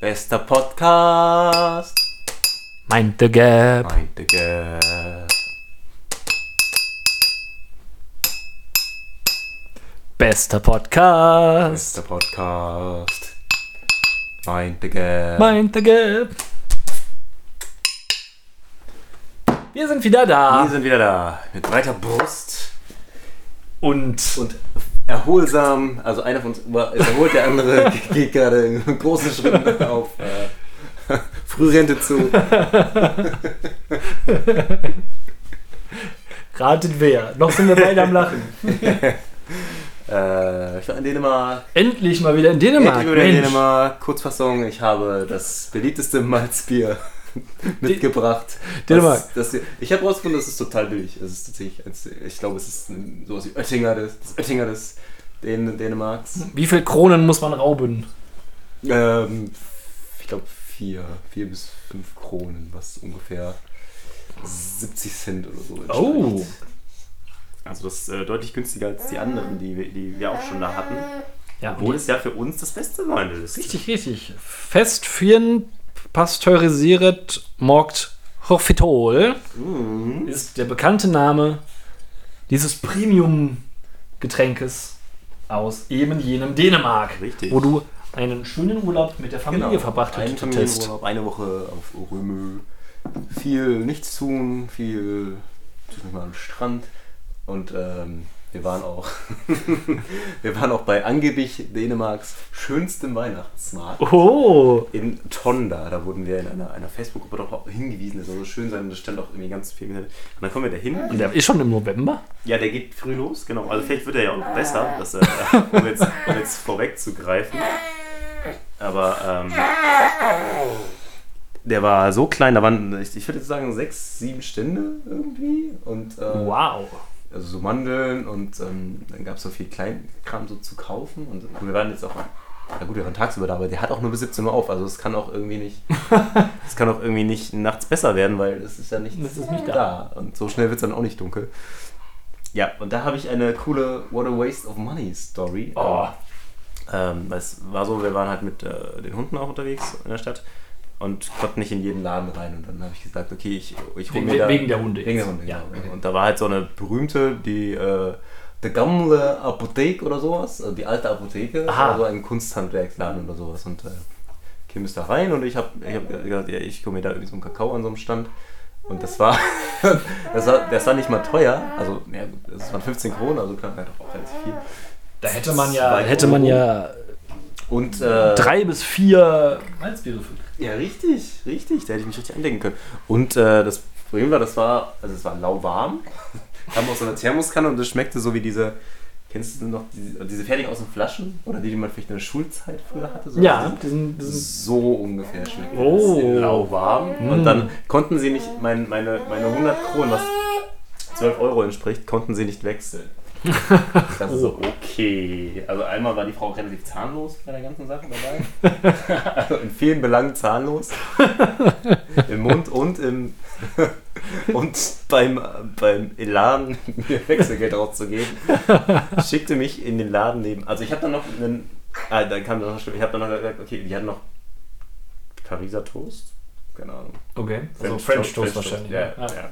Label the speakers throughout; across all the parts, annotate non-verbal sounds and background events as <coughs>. Speaker 1: Bester Podcast.
Speaker 2: Meinte Gap.
Speaker 1: Meinte Gap.
Speaker 2: Bester Podcast.
Speaker 1: Bester Podcast. Meinte Gap.
Speaker 2: Meinte Gap. Wir sind wieder
Speaker 1: Ah, Wir
Speaker 2: da.
Speaker 1: sind wieder da. Mit breiter Brust
Speaker 2: Und
Speaker 1: <laughs> und erholsam. Also einer von uns war- ist erholt, der
Speaker 2: <laughs>
Speaker 1: andere <laughs> geht gerade in großen Schritten auf äh, <laughs> Frührente
Speaker 2: <laughs>
Speaker 1: zu.
Speaker 2: ratet wer? Noch sind wir beide am
Speaker 1: <laughs>
Speaker 2: Lachen.
Speaker 1: Äh, ich war in Dänemark.
Speaker 2: Endlich mal wieder in Dänemark.
Speaker 1: Endlich wieder in
Speaker 2: Mensch.
Speaker 1: Dänemark. Kurzfassung, ich habe das beliebteste Malzbier <laughs> mitgebracht.
Speaker 2: Dänemark.
Speaker 1: Das, das, ich habe herausgefunden, das ist total billig. Es ist tatsächlich, eins- ich glaube, es ist ein- sowas wie Oettinger des, das Oettinger des Dän Dänemarks.
Speaker 2: Wie viel Kronen muss man rauben?
Speaker 1: Ähm, ich glaube, vier, vier bis fünf Kronen, was ungefähr 70 Cent oder so entspricht.
Speaker 2: Oh.
Speaker 1: Also das ist äh, deutlich günstiger als die anderen, die, wir- die wir auch schon da hatten.
Speaker 2: Ja,
Speaker 1: Obwohl es ja für uns das Beste sein ist.
Speaker 2: richtig, richtig. Fest vieren pasteurisiert morgt Hofitol
Speaker 1: Mhm.
Speaker 2: ist der bekannte Name dieses Premium-Getränkes aus eben jenem Dänemark.
Speaker 1: Richtig. Genau.
Speaker 2: wo du einen schönen Urlaub mit der Familie verbracht
Speaker 1: Einen
Speaker 2: hättest.
Speaker 1: Familienurlaub, eine Woche auf Römö. Viel nichts tun, viel zwischendurch mal am Strand. Und ähm, wir waren auch <laughs> wir waren auch bei angeblich Dänemarks schönstem Weihnachtsmarkt.
Speaker 2: Oh,
Speaker 1: In Tonda, da wurden wir in einer, einer Facebook-Gruppe darauf hingewiesen, das soll so schön sein und da stand auch irgendwie ganz viel. Und dann kommen wir da hin
Speaker 2: und der ist schon im November?
Speaker 1: ja, der geht früh los, genau. Also vielleicht wird er ja auch noch besser, dass er, äh, um, jetzt, um jetzt vorwegzugreifen. Aber ähm, der war so klein, da waren, ich, ich würde jetzt sagen, sechs, sieben Stände irgendwie. Und, äh,
Speaker 2: Wow.
Speaker 1: also so Mandeln und ähm, dann gab es so viel Kleinkram so zu kaufen. Und gut, wir waren jetzt auch, na gut, wir waren tagsüber da, aber der hat auch nur bis 17 Uhr auf. Also es kann auch irgendwie
Speaker 2: <laughs>
Speaker 1: nicht, es kann auch irgendwie nicht nachts besser werden, weil es ist ja nicht,
Speaker 2: Es ist nicht
Speaker 1: da. Und so schnell wird es dann auch nicht dunkel. Ja, und da habe ich eine coole What a Waste of Money Story.
Speaker 2: Oh.
Speaker 1: Ähm, weil es war so, wir waren halt mit äh, den Hunden auch unterwegs in der Stadt und konnten nicht in jeden Laden rein. Und dann habe ich gesagt, okay, ich, ich hole
Speaker 2: Wegen-
Speaker 1: mir da...
Speaker 2: wegen der Hunde
Speaker 1: Wegen der
Speaker 2: jetzt.
Speaker 1: Hunde,
Speaker 2: Ja,
Speaker 1: genau.
Speaker 2: okay.
Speaker 1: Und da war halt so eine berühmte, die... Äh, The Gamle Apotheke oder sowas, also die alte Apotheke,
Speaker 2: Aha.
Speaker 1: also ein Kunsthandwerksladen oder sowas. Und äh, Kim ist da rein und ich habe ich hab gesagt, ja, ich komme mir da irgendwie so einen Kakao an so einem Stand. Und das war, <laughs> das war, das war nicht mal teuer. Also, ja, das waren 15 Kronen, also klar, ja, doch auch relativ viel.
Speaker 2: Da hätte man ja,
Speaker 1: Zwei
Speaker 2: hätte man
Speaker 1: Euro.
Speaker 2: ja
Speaker 1: Und äh,
Speaker 2: drei bis vier Malzbiere für.
Speaker 1: Ja, richtig, richtig. Da hätte ich mich richtig andenken können. Und äh, das Problem war, das war, also es war lauwarm. <laughs> Wir haben auch so eine Thermoskanne und das schmeckte so wie diese, kennst du noch diese, diese fertig aus den Flaschen? Oder die, die man vielleicht in der Schulzeit früher hatte? So
Speaker 2: Ja,
Speaker 1: diese-
Speaker 2: diesen, diesen,
Speaker 1: So ungefähr schmeckte
Speaker 2: Oh.
Speaker 1: das. Lauwarm. Und dann konnten sie nicht, mein, meine, meine 100 Kronen, was 12 Euro entspricht, konnten sie nicht wechseln. Ich dachte so, okay. Also einmal war die Frau relativ zahnlos bei der ganzen Sache dabei. <laughs> also in vielen Belangen zahnlos. Im Mund und im <laughs> und beim, beim Elan <laughs> mir Wechselgeld rauszugeben, schickte mich in den Laden neben. Also ich habe dann noch einen. Ah, dann kam dann noch, ich habe dann noch gesagt, okay, die hatten noch Pariser Toast? Keine Ahnung.
Speaker 2: okay. Also
Speaker 1: Ja,
Speaker 2: Ah.
Speaker 1: ja.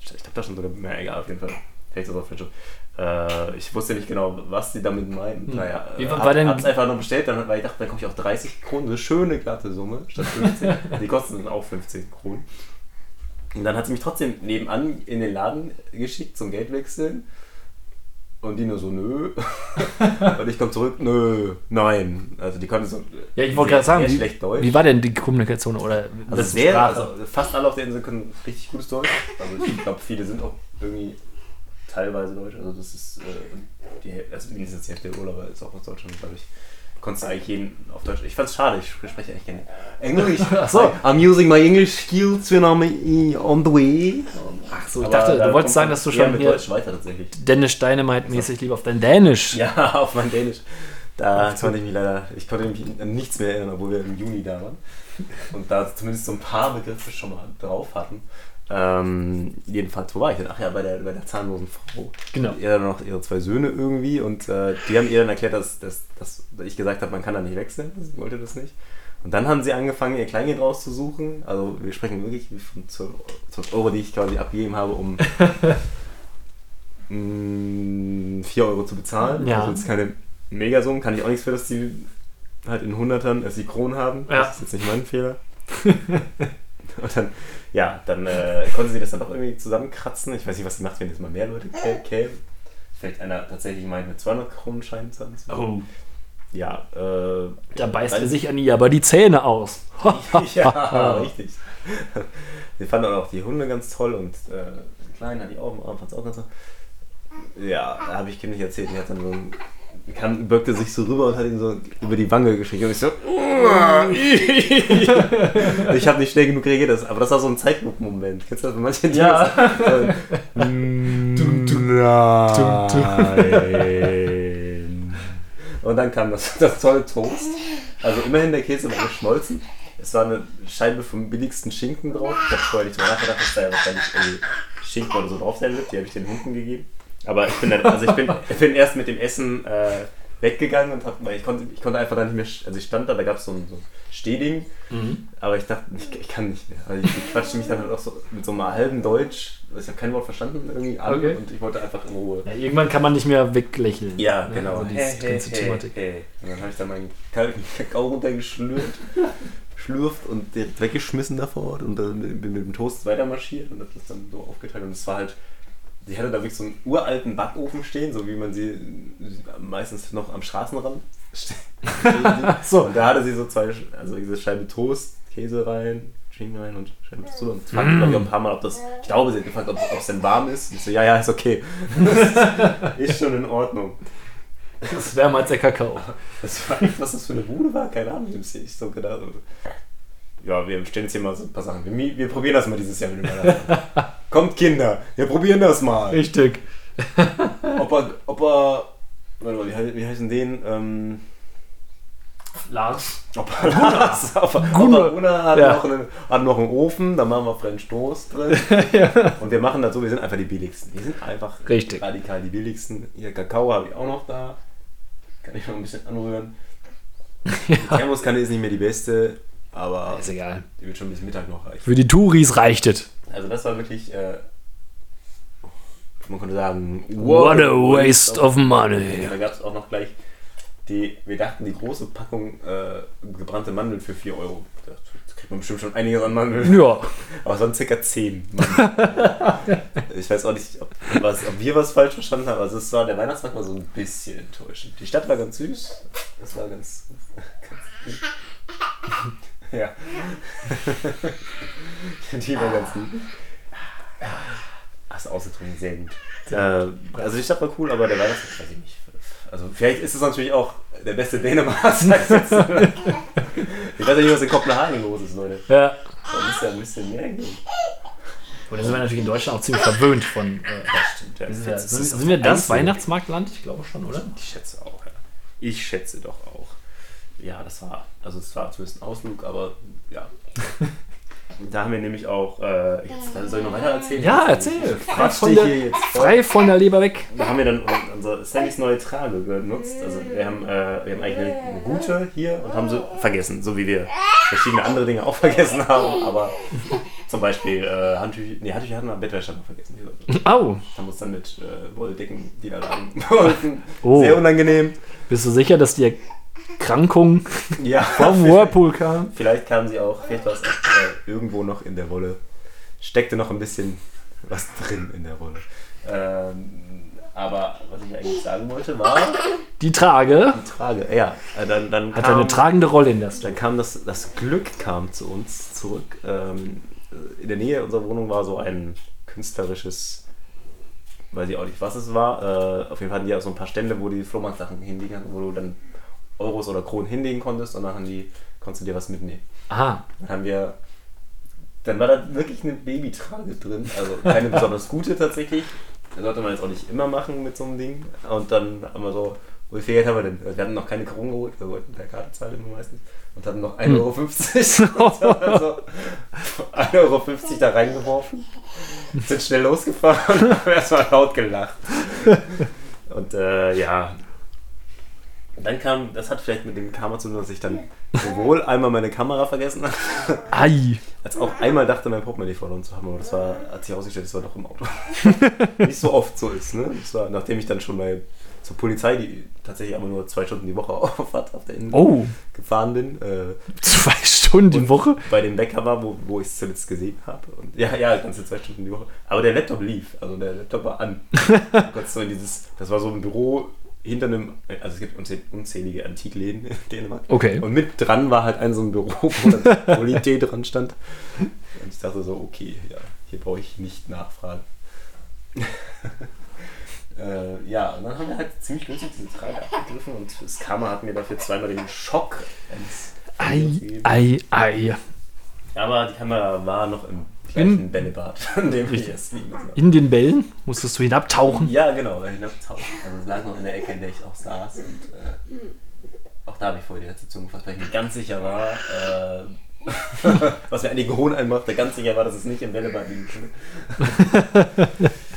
Speaker 1: Ich habe da schon sogar, na egal, auf jeden Fall. Vielleicht ist es auch French Toast. Äh, ich wusste nicht genau, was sie damit meinten. Naja,
Speaker 2: Hm. Wie
Speaker 1: äh,
Speaker 2: war
Speaker 1: hab,
Speaker 2: denn-
Speaker 1: hab's einfach noch bestellt, dann, weil ich dachte, dann komme ich auf 30 Kronen, eine schöne glatte Summe statt
Speaker 2: <laughs>
Speaker 1: 15. die kosten dann auch 15 Kronen. Und dann hat sie mich trotzdem nebenan in den Laden geschickt zum Geldwechseln. Und die nur so,
Speaker 2: <laughs>
Speaker 1: nö. und ich komme zurück, nö, nein. Also die konnte so.
Speaker 2: Ja, ich wollte gerade
Speaker 1: sehr-
Speaker 2: sagen,
Speaker 1: sehr
Speaker 2: wie,
Speaker 1: schlecht Deutsch.
Speaker 2: wie war denn die Kommunikation oder
Speaker 1: Also
Speaker 2: das
Speaker 1: sehr,
Speaker 2: Sprache?
Speaker 1: also fast alle auf der Insel können richtig gutes Deutsch. Also ich glaube, viele sind auch irgendwie teilweise Deutsch. Also das ist äh, die, Häl- also mindestens die Hälfte der Urlauber ist auch aus Deutschland, glaube ich. Konntest du eigentlich jeden auf Deutsch. Ich fand's schade, ich spreche eigentlich gerne Englisch.
Speaker 2: <laughs> Ach so.
Speaker 1: I'm using my English skills when I'm eh, on the way.
Speaker 2: Ach so, ich dachte, du wolltest sagen, dass du schon
Speaker 1: mit
Speaker 2: hier
Speaker 1: Deutsch weiter tatsächlich.
Speaker 2: Dennis Dynamite-mäßig lieber auf dein Dänisch.
Speaker 1: Ja, <laughs> auf mein Dänisch. Da konnte ich mich leider, ich konnte mich an nichts mehr erinnern, obwohl wir im Juni da waren. Und da zumindest so ein paar Begriffe schon mal drauf hatten. Ähm, jedenfalls, wo war ich denn? Ach ja, bei der, bei der zahnlosen Frau.
Speaker 2: Genau.
Speaker 1: Ihr dann noch ihre zwei Söhne irgendwie und äh, die haben ihr dann erklärt, dass, dass, dass ich gesagt habe, man kann da nicht wechseln. Sie wollte das nicht. Und dann haben sie angefangen, ihr Kleingeld rauszusuchen. Also wir sprechen wirklich von 12 Euro- 12 Euro, die ich quasi abgegeben
Speaker 3: <laughs>
Speaker 1: habe, um mh, 4 mm, Euro zu bezahlen.
Speaker 3: Ja.
Speaker 1: Also jetzt keine Megasumme, kann ich auch nichts für, dass die halt in Hundertern es die Kronen haben.
Speaker 3: Ja.
Speaker 1: Das ist jetzt nicht mein Fehler. <laughs> Und dann, ja, dann äh, konnten sie das dann doch irgendwie zusammenkratzen. Ich weiß nicht, was sie macht, wenn jetzt mal mehr Leute kä- kämen. Vielleicht einer tatsächlich mal mit 200 Kronenschein zu
Speaker 3: Oh.
Speaker 1: Ja, äh,
Speaker 3: Da beißt er
Speaker 1: dann-
Speaker 3: sich an ihr aber die Zähne aus. <laughs>
Speaker 1: <laughs>
Speaker 2: <laughs>
Speaker 1: ja, richtig. Wir fanden auch die Hunde ganz toll und äh, den Kleinen hatte ich auch im Arm, fand es auch ganz toll. Ja, habe ich Kind nicht erzählt. Die hat dann so ein, kam, bückte sich so rüber und hat ihn so über die Wange geschickt. Und ich so, ich habe nicht schnell genug reagiert. Das, aber das war so ein Zeitlupenmoment. Kennst du das bei manchen
Speaker 3: Ja.
Speaker 1: Tieren? So,
Speaker 3: Dum, dum.
Speaker 1: Nein. Und dann kam das, <laughs> das tolle Toast. Also immerhin der Käse war geschmolzen. Es war eine Scheibe vom billigsten Schinken drauf. Ich habe vorher nicht drüber nachgedacht, dass da ja wahrscheinlich irgendwie Schinken oder so drauf sein wird. Die habe ich den Hunden gegeben. Aber ich bin dann, also ich bin, ich bin erst mit dem Essen äh, weggegangen und hab, weil ich konnte, ich konnte einfach da nicht mehr, sch- also ich stand da, da gab es so ein, so ein Stehding, aber ich dachte, ich, ich kann nicht mehr. Also ich, ich quatschte mich dann halt auch so mit so einem halben Deutsch, ich habe kein Wort verstanden irgendwie an
Speaker 3: Okay.
Speaker 1: und ich wollte einfach in Ruhe.
Speaker 3: Ja, irgendwann kann man nicht mehr weglächeln.
Speaker 1: Ja, genau.
Speaker 3: Also diese ganze Thematik.
Speaker 1: hey. Und dann habe ich da meinen kalten Kakao runtergeschlürft schlürft und direkt weggeschmissen da vor Ort und dann bin mit dem Toast weitermarschiert und hab das dann so aufgeteilt und es war halt, die hatte da wirklich so einen uralten Backofen stehen, so wie man sie meistens noch am Straßenrand steht.
Speaker 3: So.
Speaker 1: Und da hatte sie so zwei, Sch- also diese Scheibe Toast, Käse rein, Schinken rein und Scheibe zu und fragte glaub ich, auch ein paar Mal, ob das, ich glaube, sie hat gefragt, ob es denn warm ist. Und ich so, ja, ja, ist okay. <laughs> ist schon in Ordnung.
Speaker 3: Das ist wärmer als der Kakao.
Speaker 1: Das war nicht, was das für eine Bude war, keine Ahnung. Ich hab so gedacht. Ja, wir stellen jetzt hier mal so ein paar Sachen. Wir, wir probieren das mal dieses Jahr mit dem Weihnachtsmann.
Speaker 3: <laughs>
Speaker 1: Kommt, Kinder, wir probieren das mal.
Speaker 3: Richtig.
Speaker 1: Ob er, ob er, warte mal, wie, hei- wie heißen den? Ähm,
Speaker 3: Lars.
Speaker 1: ob er <laughs> Lars, ob er, ob
Speaker 3: Gunnar.
Speaker 1: er Gunnar hat,
Speaker 3: Ja.
Speaker 1: noch einen, hat noch einen Ofen, da machen wir French
Speaker 3: <laughs>
Speaker 1: Toast drin. Und wir machen das so, wir sind einfach die billigsten. Wir sind einfach
Speaker 3: Richtig.
Speaker 1: radikal die billigsten. Hier Kakao habe ich auch noch da. Kann ich noch ein bisschen anrühren. Die Thermoskanne ist nicht mehr die beste, aber
Speaker 3: <laughs> Ist egal.
Speaker 1: die wird schon bis Mittag noch reichen.
Speaker 3: Für die Touris reicht es.
Speaker 1: Also das war wirklich, äh, man könnte sagen,
Speaker 3: What a waste of money.
Speaker 1: Und da gab es auch noch gleich die, wir dachten, die große Packung äh, gebrannte Mandeln für 4 Euro. Da kriegt man bestimmt schon einiges an Mandeln.
Speaker 3: Ja,
Speaker 1: Aber es waren circa 10. Mann. ich weiß auch nicht, ob, was, ob wir was falsch verstanden haben. Also es war, der Weihnachtsmarkt war so ein bisschen enttäuschend. Die Stadt war ganz süß. Es war ganz... ganz <laughs> ja. <laughs> Die war ganz lieb. Ah, Hast du ausgetrunken, sehr gut. Äh, also die Stadt war cool, aber der Weihnachtsmarkt weiß ich nicht. Also vielleicht ist es natürlich auch der beste Dänemark. <laughs> ich weiß ja nicht, was in Kopenhagen los ist, Leute.
Speaker 3: ja.
Speaker 1: Da muss ja ein bisschen mehr gehen.
Speaker 3: Und dann sind wir natürlich in Deutschland auch ziemlich verwöhnt von. Äh,
Speaker 1: Das stimmt, ja.
Speaker 3: sind, wir, sind, sind wir das Weihnachtsmarktland? Ich glaube schon, oder?
Speaker 1: Ich schätze auch, ja. Ich schätze doch auch. Ja, das war, also es war zumindest ein Ausflug, aber
Speaker 3: <laughs>
Speaker 1: ja. da haben wir nämlich auch, äh, jetzt soll ich noch weiter erzählen?
Speaker 3: Ja,
Speaker 1: Jetzt-
Speaker 3: erzähl.
Speaker 1: Ich
Speaker 3: Frei
Speaker 1: quatsch
Speaker 3: von
Speaker 1: dich hier
Speaker 3: der,
Speaker 1: jetzt voll.
Speaker 3: frei von der Leber weg.
Speaker 1: Da haben wir dann unsere Sandys neue Trage genutzt. Also wir haben, äh, wir haben eigentlich eine, eine gute hier und haben sie vergessen, so wie wir verschiedene andere Dinge auch vergessen haben. Aber zum Beispiel äh, Handtücher, nee, Handtücher hatten wir, Bettwäsche haben wir vergessen.
Speaker 3: Au.
Speaker 1: Da muss dann mit äh, Wolldecken, die da lagen <laughs> wollten.
Speaker 3: <laughs> Oh.
Speaker 1: Sehr unangenehm.
Speaker 3: Bist du sicher, dass die <laughs> Erkrankung
Speaker 1: Ja. <laughs>
Speaker 3: vom Whirlpool kam?
Speaker 1: Vielleicht kam sie auch, vielleicht war es auch äh, irgendwo noch in der Wolle. Steckte noch ein bisschen was drin in der Wolle. Ähm, aber was ich eigentlich sagen wollte, war
Speaker 3: Die Trage
Speaker 1: die Trage. Ja, äh, dann, dann
Speaker 3: hat eine tragende Rolle in der Story.
Speaker 1: dann kam das, das Glück kam zu uns zurück. Ähm, in der Nähe unserer Wohnung war so ein künstlerisches, weiß ich auch nicht, was es war. Äh, auf jeden Fall hatten die auch so ein paar Stände, wo die Flohmarktsachen hinlegen, kannst, wo du dann Euros oder Kronen hinlegen konntest und dann haben die, konntest du dir was mitnehmen.
Speaker 3: Aha.
Speaker 1: Dann haben wir. Dann war da wirklich eine Babytrage drin. Also keine besonders gute tatsächlich. Das sollte man jetzt auch nicht immer machen mit so einem Ding. Und dann haben wir so, wie viel Geld haben wir denn? Wir hatten noch keine Kronen geholt, wir wollten per Karte zahlen immer meistens. Und hatten noch 1,50 Euro. <laughs> Und haben dann so 1,50 Euro da reingeworfen. Sind schnell losgefahren <laughs> und haben erstmal laut gelacht. Und äh, ja, Dann kam, das hat vielleicht mit dem Karma zu tun, dass ich dann sowohl einmal meine Kamera vergessen habe,
Speaker 2: Ei.
Speaker 1: als auch einmal dachte, mein Portemonnaie verloren zu haben. Aber das war, hat sich herausgestellt, das war doch im Auto. Nicht so oft so ist, ne? Das war, nachdem ich dann schon bei zur Polizei, die tatsächlich aber nur zwei Stunden die Woche <laughs> auf hat, auf der Insel
Speaker 2: Oh, <laughs>
Speaker 1: gefahren bin, äh,
Speaker 2: zwei Stunden die
Speaker 1: Und-
Speaker 2: Woche?
Speaker 1: bei dem Bäcker war, wo, wo ich es zuletzt gesehen habe. Und ja, ja, ganze zwei Stunden die Woche. Aber der Laptop lief, also der Laptop war
Speaker 2: <laughs>
Speaker 1: an. Du konntest so in dieses, das war so ein Büro hinter einem, also es gibt unzäh- unzählige Antikläden in Dänemark.
Speaker 2: Okay.
Speaker 1: Und mit dran war halt ein so ein Büro, wo dann Polité
Speaker 2: <laughs>
Speaker 1: dran stand. Und ich dachte so, okay, ja, hier brauche ich nicht nachfragen. <laughs> äh, ja, und dann haben wir halt ziemlich günstig diese Frage abgegriffen und das Karma hat mir dafür zweimal den Schock eines
Speaker 2: Ei, ei, ei.
Speaker 1: aber die Kamera war noch im
Speaker 2: In-
Speaker 1: gleichen Bällebad, <laughs> an dem ich
Speaker 2: Richtig.
Speaker 1: erst liegen habe.
Speaker 2: In den Bällen musstest du hinabtauchen.
Speaker 1: Ja, genau, ich glaube, also es lag noch in der Ecke, in der ich auch saß. Und äh, auch da habe ich vorher die letzte Zunge gefasst, weil ich mir ganz sicher war, äh, <laughs> was mir einige Hohn einmachte, ganz sicher war, dass es nicht im Bällebad liegen könnte.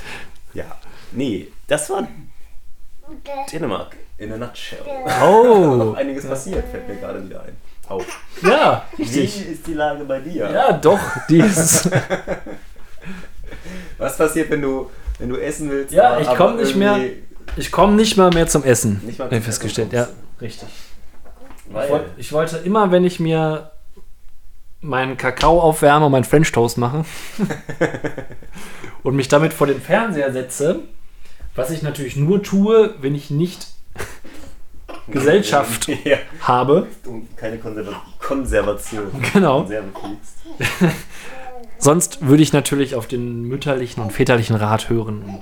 Speaker 2: <laughs>
Speaker 1: ja, nee, das war Dänemark in a nutshell.
Speaker 2: Oh,
Speaker 1: Noch einiges passiert, fällt mir gerade wieder ein. Au.
Speaker 2: ja,
Speaker 1: Wie
Speaker 2: richtig.
Speaker 1: ist die Lage bei dir?
Speaker 2: Ja, doch, die ist.
Speaker 1: Was passiert, wenn du, wenn du essen willst?
Speaker 2: Ja,
Speaker 1: aber-
Speaker 2: ich komm
Speaker 1: aber
Speaker 2: nicht mehr.
Speaker 1: irgendwie
Speaker 2: Ich komme nicht mal mehr zum Essen.
Speaker 1: Nicht
Speaker 2: Nicht
Speaker 1: mal
Speaker 2: mal
Speaker 1: zum Essen
Speaker 2: festgestellt, ja.
Speaker 1: kommst
Speaker 2: Richtig. Ich, wollt,
Speaker 1: Weil,
Speaker 2: ich wollte immer, wenn ich mir meinen Kakao aufwärme und meinen French Toast mache und mich damit vor den Fernseher setze, was ich natürlich nur tue, wenn ich nicht Gesellschaft
Speaker 1: <laughs> ja,
Speaker 2: habe,
Speaker 1: du keine Konserva Konservation.
Speaker 2: genau,
Speaker 1: Konserve fliegst.
Speaker 2: sonst würde ich natürlich auf den mütterlichen und väterlichen Rat hören und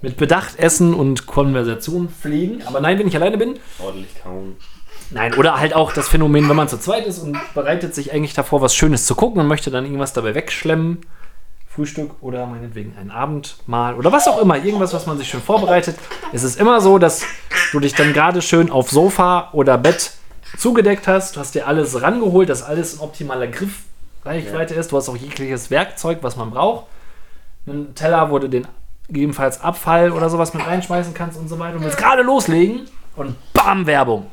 Speaker 2: mit Bedacht essen und Konversation pflegen. Aber nein, wenn ich alleine bin,
Speaker 1: Ordentlich kauen.
Speaker 2: Nein, oder halt auch das Phänomen, wenn man zu zweit ist und bereitet sich eigentlich davor, was Schönes zu gucken und möchte dann irgendwas dabei wegschlemmen. Frühstück oder meinetwegen ein Abendmahl oder was auch immer, irgendwas, was man sich schön vorbereitet. Es ist immer so, dass du dich dann gerade schön auf Sofa oder Bett zugedeckt hast. Du hast dir alles rangeholt, dass alles in optimaler Griffreichweite ist. Du hast auch jegliches Werkzeug, was man braucht. Ein Teller, wo du den gegebenenfalls Abfall oder sowas mit reinschmeißen kannst und so weiter. Und willst gerade loslegen und bam, Werbung.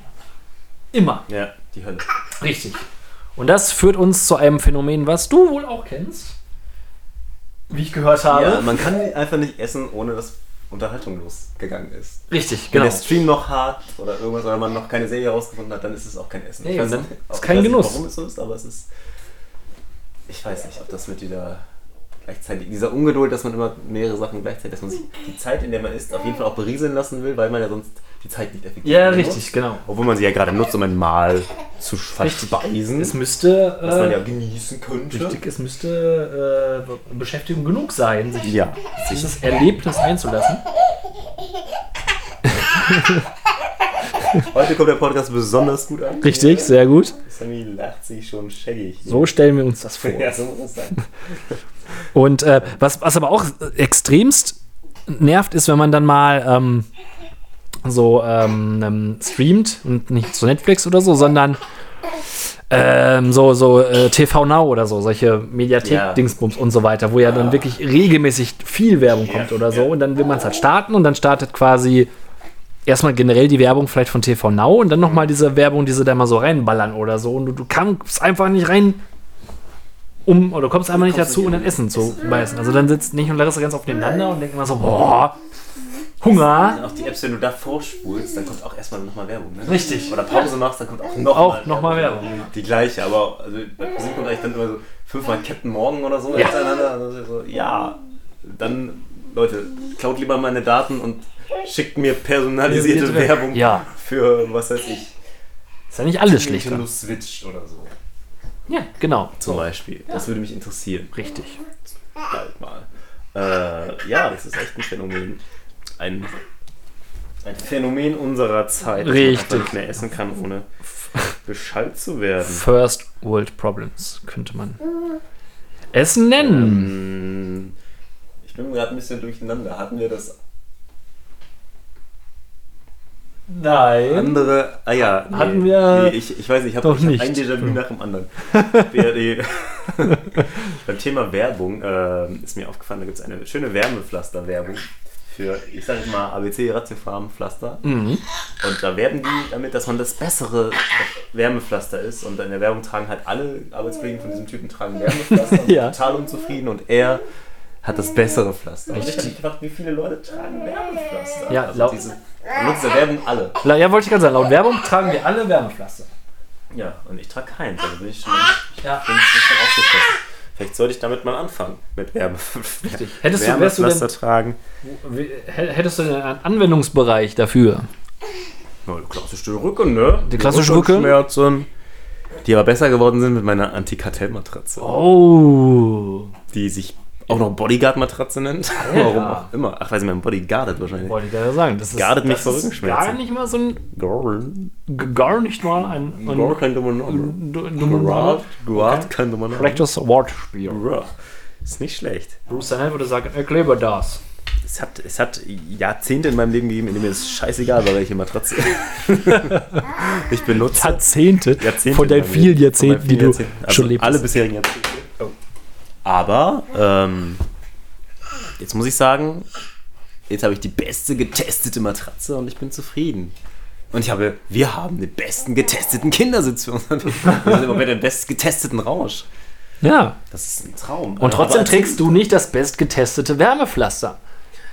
Speaker 2: Immer.
Speaker 1: Ja, die Hölle.
Speaker 2: Richtig. Und das führt uns zu einem Phänomen, was du wohl auch kennst. Wie ich gehört habe.
Speaker 1: Ja, man kann einfach nicht essen, ohne dass Unterhaltung losgegangen ist.
Speaker 2: Richtig,
Speaker 1: Wenn
Speaker 2: genau.
Speaker 1: der Stream noch hart oder irgendwas oder man noch keine Serie rausgefunden hat, dann ist es auch kein Essen.
Speaker 2: Nee,
Speaker 1: weiß
Speaker 2: dann
Speaker 1: nicht,
Speaker 2: ist
Speaker 1: auch- ich
Speaker 2: kein
Speaker 1: weiß
Speaker 2: Genuss.
Speaker 1: Nicht, warum es so ist, aber es ist. Ich weiß nicht, ob das mit dieser gleichzeitig dieser Ungeduld, dass man immer mehrere Sachen gleichzeitig, dass man sich die Zeit, in der man ist, auf jeden Fall auch berieseln lassen will, weil man ja sonst die Zeit nicht effektiv
Speaker 2: Ja,
Speaker 1: nutzt.
Speaker 2: richtig, genau.
Speaker 1: Obwohl man sie ja gerade nutzt, um ein Mahl zu verspeisen,
Speaker 2: Es müsste,
Speaker 1: was man ja
Speaker 2: äh,
Speaker 1: genießen könnte.
Speaker 2: richtig, es müsste äh, Beschäftigung genug sein, sich
Speaker 1: Ja.
Speaker 2: dieses Erlebnis einzulassen.
Speaker 1: Heute kommt der Podcast besonders gut an.
Speaker 2: Richtig, sehr gut.
Speaker 1: Sammy lacht sich schon schäbig.
Speaker 2: So stellen wir uns das <laughs> vor.
Speaker 1: <laughs> Ja, so muss es sein.
Speaker 2: Und äh, was, was aber auch extremst nervt, ist, wenn man dann mal ähm, so ähm, ähm, streamt und nicht so Netflix oder so, sondern ähm, so, so äh, TV Now oder so, solche Mediathek-Dingsbums und so weiter, wo ja dann wirklich regelmäßig viel Werbung kommt oder so. Und dann will man es halt starten und dann startet quasi erstmal generell die Werbung vielleicht von TV Now und dann nochmal diese Werbung, die sie da mal so reinballern oder so. Und du, du kommst einfach nicht rein, um, oder du kommst einfach nicht
Speaker 1: kommst
Speaker 2: dazu,
Speaker 1: nicht
Speaker 2: um dein
Speaker 1: in den
Speaker 2: Essen zu beißen. Also dann sitzt nicht und Larissa ganz aufeinander und denken immer so, boah, Mhm. Hunger.
Speaker 1: Also Auch die Apps, wenn du da vorspulst, dann kommt auch erstmal nochmal Werbung. Ne?
Speaker 2: Richtig.
Speaker 1: Oder Pause machst, dann kommt auch nochmal
Speaker 2: Auch nochmal Werbung.
Speaker 1: Die gleiche, aber also bei ProSieben kommt eigentlich dann immer so fünfmal Captain Morgan oder so hintereinander. Also so, ja, dann, Leute, klaut lieber meine Daten und schickt mir personalisierte
Speaker 2: Personalisierte
Speaker 1: Werbung
Speaker 2: Ja.
Speaker 1: für, was weiß ich,
Speaker 2: Ist ja nicht alles schlecht. dran.
Speaker 1: Nintendo Switch oder so.
Speaker 2: Ja, genau.
Speaker 1: Zum Beispiel. Das würde mich interessieren.
Speaker 2: Richtig.
Speaker 1: bald mal. Äh, ja, das ist echt ein Phänomen. Ein, ein Phänomen unserer Zeit, dass man
Speaker 2: Richtig.
Speaker 1: einfach nicht mehr essen kann, ohne beschallt zu werden.
Speaker 2: First World Problems könnte man es
Speaker 1: Hm,
Speaker 2: nennen.
Speaker 1: Ich bin gerade ein bisschen durcheinander. Hatten wir das
Speaker 2: Nein.
Speaker 1: andere? Ah ja, nee,
Speaker 2: Hatten wir
Speaker 1: Nee, ich, ich weiß nicht, ich habe
Speaker 2: doch
Speaker 1: hab
Speaker 2: nicht. Hm.
Speaker 1: ein Déjà-vu nach dem
Speaker 2: <laughs>
Speaker 1: anderen. <laughs> BRD. Beim Thema Werbung ähm, ist mir aufgefallen, da gibt es eine schöne Wärmepflaster-Werbung. für, ich sag jetzt mal, ABC, Ratiofarben, Pflaster.
Speaker 2: Mhm.
Speaker 1: Und da werben die damit, dass man das bessere Wärmepflaster ist. Und in der Werbung tragen halt alle Arbeitskollegen von diesem Typen tragen
Speaker 2: <laughs>
Speaker 1: Wärmepflaster und
Speaker 2: Ja.
Speaker 1: sind total unzufrieden. Und er hat das bessere Pflaster. Und ich hab mich gefragt, wie viele Leute tragen Wärmepflaster?
Speaker 2: Ja,
Speaker 1: also
Speaker 2: laut-
Speaker 1: diese Nutzer werben alle.
Speaker 2: La- Ja, wollte ich gerade sagen, laut Werbung tragen wir alle Wärmepflaster.
Speaker 1: Ja, und ich trage keins. Also bin ich schon,
Speaker 2: Ja.
Speaker 1: bin ich schon aufgeschlossen. Vielleicht sollte ich damit mal anfangen mit Wärme. <laughs>
Speaker 2: Hättest du, wärst du
Speaker 1: Wärmepflaster
Speaker 2: denn,
Speaker 1: tragen.
Speaker 2: wie- hä- hättest du denn einen Anwendungsbereich dafür?
Speaker 1: Ja, die klassische Rücken, ne?
Speaker 2: Die klassische
Speaker 1: Rückenschmerzen. Die aber besser geworden sind mit meiner Antikartell-Matratze.
Speaker 2: Oh.
Speaker 1: Die sich auch noch Bodyguard-Matratze nennt. <laughs> Warum auch immer. Ach, weil sie mein Body guardet wahrscheinlich.
Speaker 2: Wollte ich gerade sagen. Das ist,
Speaker 1: Gardet mich
Speaker 2: das
Speaker 1: vor
Speaker 2: ist
Speaker 1: Rückenschmerzen.
Speaker 2: gar nicht mal so ein,
Speaker 1: Gorn.
Speaker 2: g- gar nicht mal ein, ein
Speaker 1: Gorn könnte man noch.
Speaker 2: du-
Speaker 1: Guard.
Speaker 2: du-
Speaker 1: Guard könnte man noch.
Speaker 2: schlechtes Wortspiel.
Speaker 1: Guard. Ist nicht schlecht.
Speaker 2: Bruce Daniel würde sagen, erklebe das.
Speaker 1: Es hat, es hat Jahrzehnte in meinem Leben gegeben, in dem mir es scheißegal war, welche Matratze <laughs> ich benutze.
Speaker 2: Jahrzehnte,
Speaker 1: Jahrzehnte
Speaker 2: von
Speaker 1: in
Speaker 2: den
Speaker 1: meinem
Speaker 2: vielen
Speaker 1: Leben. Von meinen
Speaker 2: Jahrzehnten, die
Speaker 1: vielen
Speaker 2: du
Speaker 1: Jahrzehnten. Also
Speaker 2: schon lebst.
Speaker 1: Alle bisherigen Jahrzehnte. Oh. Aber ähm, jetzt muss ich sagen, jetzt habe ich die beste getestete Matratze und ich bin zufrieden. Und ich habe, wir haben den besten getesteten Kindersitz <laughs> für unseren Wir sind im Moment im bestgetesteten Rausch.
Speaker 2: ja,
Speaker 1: Das ist ein Traum.
Speaker 2: und trotzdem
Speaker 1: Aber-
Speaker 2: trägst du nicht das bestgetestete Wärmepflaster.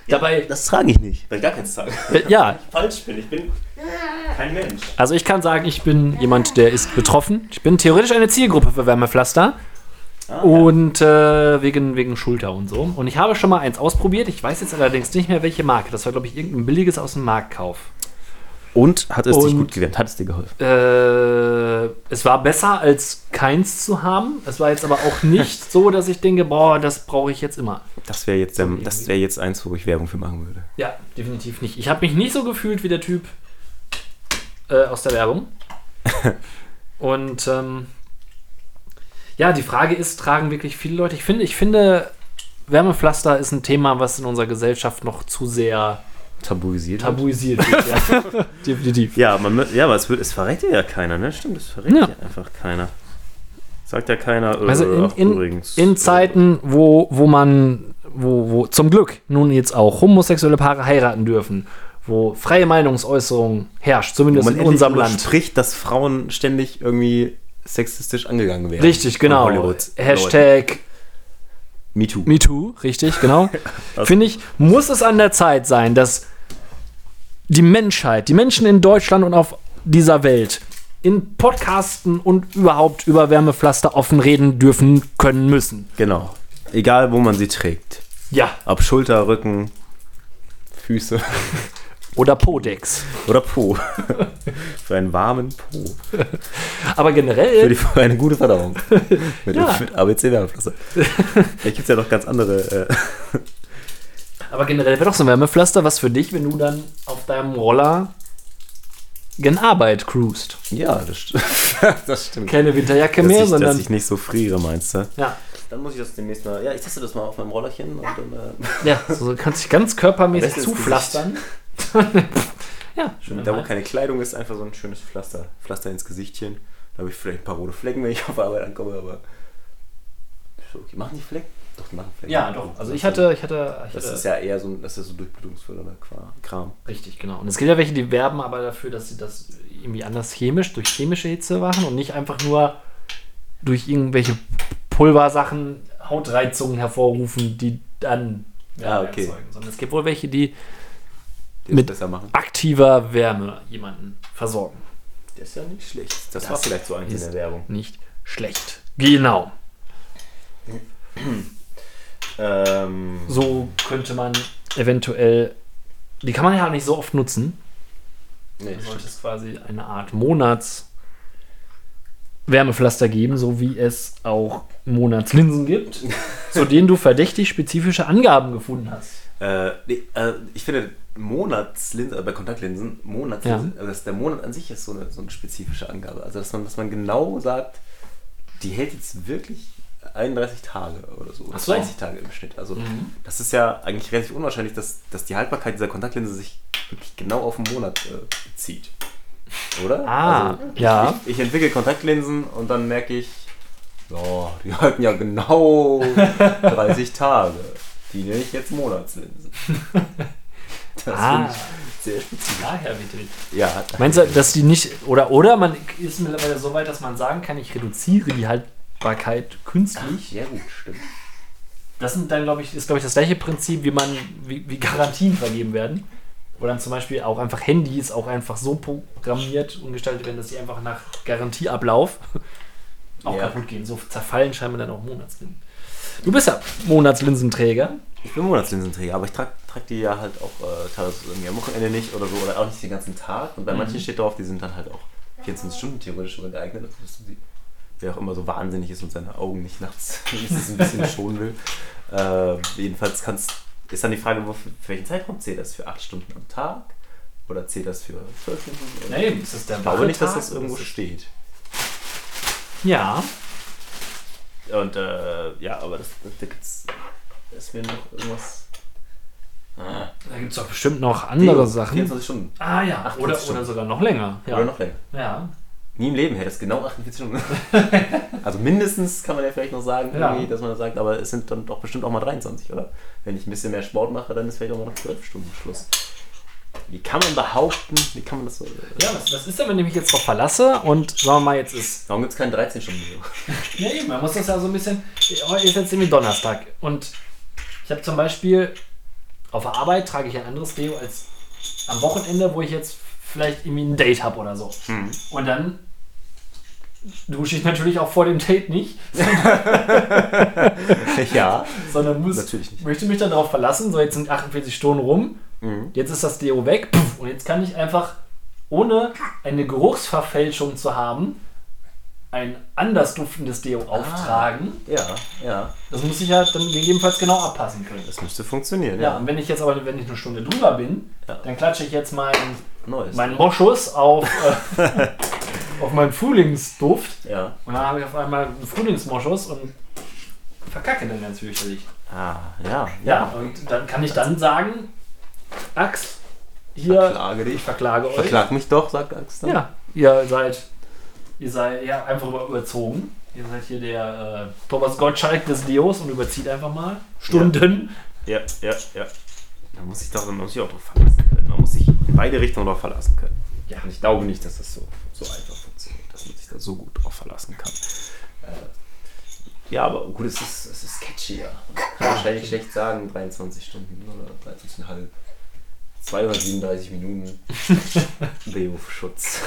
Speaker 2: Dabei,
Speaker 1: Das trage ich nicht. Weil ich gar keins trage.
Speaker 2: äh, ja,
Speaker 1: Falsch bin. Ich bin kein Mensch.
Speaker 2: also ich kann sagen, ich bin jemand, der ist betroffen. Ich bin theoretisch eine Zielgruppe für Wärmepflaster.
Speaker 1: Ah,
Speaker 2: Und äh, wegen, wegen Schulter und so. Und ich habe schon mal eins ausprobiert. Ich weiß jetzt allerdings nicht mehr, welche Marke. Das war, glaube ich, irgendein billiges aus dem Marktkauf.
Speaker 1: Und hat es dich
Speaker 2: Und-
Speaker 1: gut gewärmt? Hat es dir geholfen?
Speaker 2: Äh, es war besser als keins zu haben. Es war jetzt aber auch nicht so, dass ich denke, boah, das brauche ich jetzt immer.
Speaker 1: Das wäre jetzt, ähm, das wäre jetzt eins, wo ich Werbung für machen würde.
Speaker 2: Ja, definitiv nicht. Ich habe mich nicht so gefühlt wie der Typ äh, aus der Werbung. Und ähm, ja, die Frage ist, tragen wirklich viele Leute? Ich finde, ich finde, Wärmepflaster ist ein Thema, was in unserer Gesellschaft noch zu sehr
Speaker 1: Tabuisiert.
Speaker 2: tabuisiert wird. ja. Definitiv.
Speaker 1: Ja, man, mü- ja aber es, wird, es verrät dir ja keiner, ne? Stimmt, es verrät
Speaker 2: Ja.
Speaker 1: dir einfach keiner. Sagt ja keiner, äh,
Speaker 2: Also in,
Speaker 1: ach,
Speaker 2: in,
Speaker 1: übrigens. äh,
Speaker 2: in Zeiten, wo, wo man, wo, wo zum Glück nun jetzt auch homosexuelle Paare heiraten dürfen, wo freie Meinungsäußerung herrscht,
Speaker 1: wo
Speaker 2: zumindest
Speaker 1: man
Speaker 2: in unserem
Speaker 1: endlich
Speaker 2: Land.
Speaker 1: spricht, dass Frauen ständig irgendwie sexistisch angegangen werden.
Speaker 2: Richtig, genau.
Speaker 1: Von Hollywood.
Speaker 2: Hashtag
Speaker 1: MeToo.
Speaker 2: MeToo,
Speaker 1: <laughs>
Speaker 2: richtig, genau. Finde ich, muss es an der Zeit sein, dass die Menschheit, die Menschen in Deutschland und auf dieser Welt in Podcasten und überhaupt über Wärmepflaster offen reden dürfen, können, müssen.
Speaker 1: Genau. Egal, wo man sie trägt.
Speaker 2: Ja.
Speaker 1: Ob Schulter, Rücken, Füße
Speaker 2: Oder Podex.
Speaker 1: oder
Speaker 2: <laughs>
Speaker 1: Po. für einen warmen Po.
Speaker 2: Aber
Speaker 1: Für,
Speaker 2: generell,
Speaker 1: die, für eine gute Verdauung. Mit,
Speaker 2: Ja.
Speaker 1: mit ABC-Wärmepflaster. Vielleicht gibt es ja noch ganz andere. Äh,
Speaker 2: aber generell wäre doch so ein Wärmepflaster was für dich, wenn du dann auf deinem Roller gen Arbeit cruist.
Speaker 1: ja, das, st <laughs> das stimmt.
Speaker 2: Keine Winterjacke
Speaker 1: dass
Speaker 2: mehr,
Speaker 1: ich,
Speaker 2: sondern.
Speaker 1: Dass ich nicht so friere, meinst du?
Speaker 2: ja,
Speaker 1: Dann muss ich das demnächst mal. Ja, ich teste das mal auf meinem Rollerchen und <laughs> dann. äh,
Speaker 2: ja, so kannst dich ganz
Speaker 1: Am
Speaker 2: körpermäßig
Speaker 1: besten ins
Speaker 2: zupflastern. <laughs> ja, schön.
Speaker 1: da, wo keine Kleidung ist, einfach so ein schönes Pflaster. Pflaster ins Gesichtchen. Da habe ich vielleicht ein paar rote Flecken, wenn ich auf Arbeit ankomme, aber. Ist doch Okay. Machen die Flecken? Doch, die machen Flecken.
Speaker 2: Ja, doch. Also ich hatte, ich hatte, ich hatte
Speaker 1: Das ist ja eher so, ein- das ist so durchblutungsfördernder Qua- Kram.
Speaker 2: richtig genau. Und es gibt ja welche, die werben aber dafür, dass sie das irgendwie anders chemisch durch chemische Hitze machen und nicht einfach nur durch irgendwelche Pulversachen Hautreizungen hervorrufen, die dann
Speaker 1: Ah, okay.
Speaker 2: Sondern es gibt wohl welche, die
Speaker 1: Die
Speaker 2: Mit-
Speaker 1: das besser machen.
Speaker 2: aktiver Wärme jemanden versorgen.
Speaker 1: Das ist ja nicht schlecht. Das,
Speaker 2: Das
Speaker 1: war vielleicht so eigentlich in
Speaker 2: ist-
Speaker 1: der Werbung.
Speaker 2: Nicht schlecht. Genau.
Speaker 1: Ähm,
Speaker 2: So könnte man eventuell. Die kann man ja nicht so oft nutzen.
Speaker 1: nee,
Speaker 2: Dann sollte es quasi eine Art Monats Wärmepflaster geben, so wie es auch Monatslinsen gibt,
Speaker 1: <laughs>
Speaker 2: zu denen du verdächtig spezifische Angaben gefunden hast.
Speaker 1: Äh, nee, äh, ich finde Monatslinsen, äh, bei Kontaktlinsen, Monatslinsen, also dass der Monat an sich ist so eine, so eine spezifische Angabe. Also dass man, dass man genau sagt, die hält jetzt wirklich 31 Tage oder so. Oder
Speaker 2: Ach so.
Speaker 1: 30 Tage im Schnitt. Also das ist ja eigentlich relativ unwahrscheinlich, dass, dass die Haltbarkeit dieser Kontaktlinse sich wirklich genau auf den Monat äh, bezieht. Oder?
Speaker 2: Ah, ja.
Speaker 1: Also, Ich, ich entwickle Kontaktlinsen und dann merke ich, ja, die halten ja genau 30 Tage. Die nenne ich jetzt Monatslinsen. Das
Speaker 2: Ah.
Speaker 1: finde ich sehr speziell.
Speaker 2: Daher witzig.
Speaker 1: Ja,
Speaker 2: Meinst du, dass die nicht. Oder, oder man ist mittlerweile so weit, dass man sagen kann, ich reduziere die Haltbarkeit künstlich.
Speaker 1: ja gut, stimmt.
Speaker 2: Das sind dann, glaube ich, ist, glaube ich, das gleiche Prinzip, wie man, wie, wie Garantien vergeben werden. Wo dann zum Beispiel auch einfach Handys auch einfach so programmiert und gestaltet werden, dass sie einfach nach Garantieablauf auch
Speaker 1: Ja.
Speaker 2: kaputt gehen. So zerfallen scheinbar dann auch Monatslinsen. Du bist ja Monatslinsenträger.
Speaker 1: Ich bin Monatslinsenträger, aber ich trage trag die ja halt auch äh, teilweise irgendwie am Wochenende nicht oder so oder auch nicht den ganzen Tag. Und
Speaker 2: Mhm.
Speaker 1: bei manchen steht drauf, die sind dann halt auch 24 Stunden theoretisch sogar geeignet. Also, dass die, wer auch immer so wahnsinnig ist und seine Augen nicht nachts <laughs> wenigstens ein bisschen schonen will. Äh, jedenfalls kannst, ist dann die Frage, wo, für welchen Zeitraum zählt das? Für 8 Stunden am Tag? Oder zählt das für 12 Stunden? Oder?
Speaker 2: Nein, ist das der
Speaker 1: ich glaube nicht, dass das irgendwo steht.
Speaker 2: Ja.
Speaker 1: Und äh, ja, aber das, das, da gibt's. Da ist mir noch irgendwas. Ah,
Speaker 2: Da gibt es doch bestimmt noch andere Sachen.
Speaker 1: 24 Stunden.
Speaker 2: Ah ja,
Speaker 1: 48
Speaker 2: oder,
Speaker 1: Stunden.
Speaker 2: oder sogar noch länger. Ja.
Speaker 1: Oder noch länger.
Speaker 2: ja.
Speaker 1: Nie im Leben hätte es genau 48 <laughs> Stunden. also mindestens kann man ja vielleicht noch sagen,
Speaker 2: Ja.
Speaker 1: irgendwie, dass man das sagt, aber es sind dann doch bestimmt auch mal 23, oder? Wenn ich ein bisschen mehr Sport mache, dann ist vielleicht auch mal noch 12 Stunden Schluss. Wie kann man behaupten, wie kann man das so.
Speaker 2: Ja, was, was ist denn, wenn ich mich jetzt drauf verlasse und sagen wir mal, jetzt ist.
Speaker 1: Warum gibt es keinen 13 Stunden <laughs> Video?
Speaker 2: Ja, eben, man muss das ja so ein bisschen. Heute ist jetzt irgendwie Donnerstag und ich habe zum Beispiel auf der Arbeit trage ich ein anderes Deo als am Wochenende, wo ich jetzt vielleicht irgendwie ein Date habe oder so.
Speaker 1: Mhm.
Speaker 2: Und dann dusche ich natürlich auch vor dem Date nicht,
Speaker 1: ja.
Speaker 2: sondern muss,
Speaker 1: Natürlich nicht.
Speaker 2: möchte mich dann darauf verlassen, so jetzt sind 48 Stunden rum,
Speaker 1: Mhm.
Speaker 2: jetzt ist das Deo weg pff, und jetzt kann ich einfach, ohne eine Geruchsverfälschung zu haben, ein anders duftendes Deo
Speaker 1: Ah.
Speaker 2: auftragen.
Speaker 1: Ja, ja.
Speaker 2: Das muss ich ja dann gegebenenfalls genau abpassen können.
Speaker 1: Das müsste funktionieren,
Speaker 2: Ja,
Speaker 1: ja.
Speaker 2: und wenn ich jetzt aber, wenn ich eine Stunde drüber bin,
Speaker 1: Ja.
Speaker 2: dann klatsche ich jetzt meinen
Speaker 1: Neues.
Speaker 2: mein Moschus <laughs> auf, äh, auf meinen Frühlingsduft
Speaker 1: ja.
Speaker 2: und dann habe ich auf einmal einen Frühlingsmoschus und verkacke dann ganz fürchterlich.
Speaker 1: Ah, ja,
Speaker 2: Ja,
Speaker 1: ja.
Speaker 2: und dann kann ich dann sagen, Axt, hier,
Speaker 1: Verklage dich.
Speaker 2: ich verklage euch.
Speaker 1: Verklag mich doch, sagt Angst. dann.
Speaker 2: Ja, ihr seid, ihr seid ja einfach über- überzogen. Ihr seid hier der äh, Thomas Gottschalk des Dios und überzieht einfach mal Stunden.
Speaker 1: Ja, ja, ja. Da muss ich, doch, da muss ich auch drauf verlassen können. Man muss sich in beide Richtungen drauf verlassen können.
Speaker 2: Ja.
Speaker 1: Und ich glaube nicht, dass das so, so einfach funktioniert, dass man sich da so gut drauf verlassen kann. Äh, ja, aber gut, es ist, es ist catchy, ja. Man kann wahrscheinlich schlecht sagen, 23 Stunden oder 23,5. 237 <laughs> Minuten Beowulf-Schutz.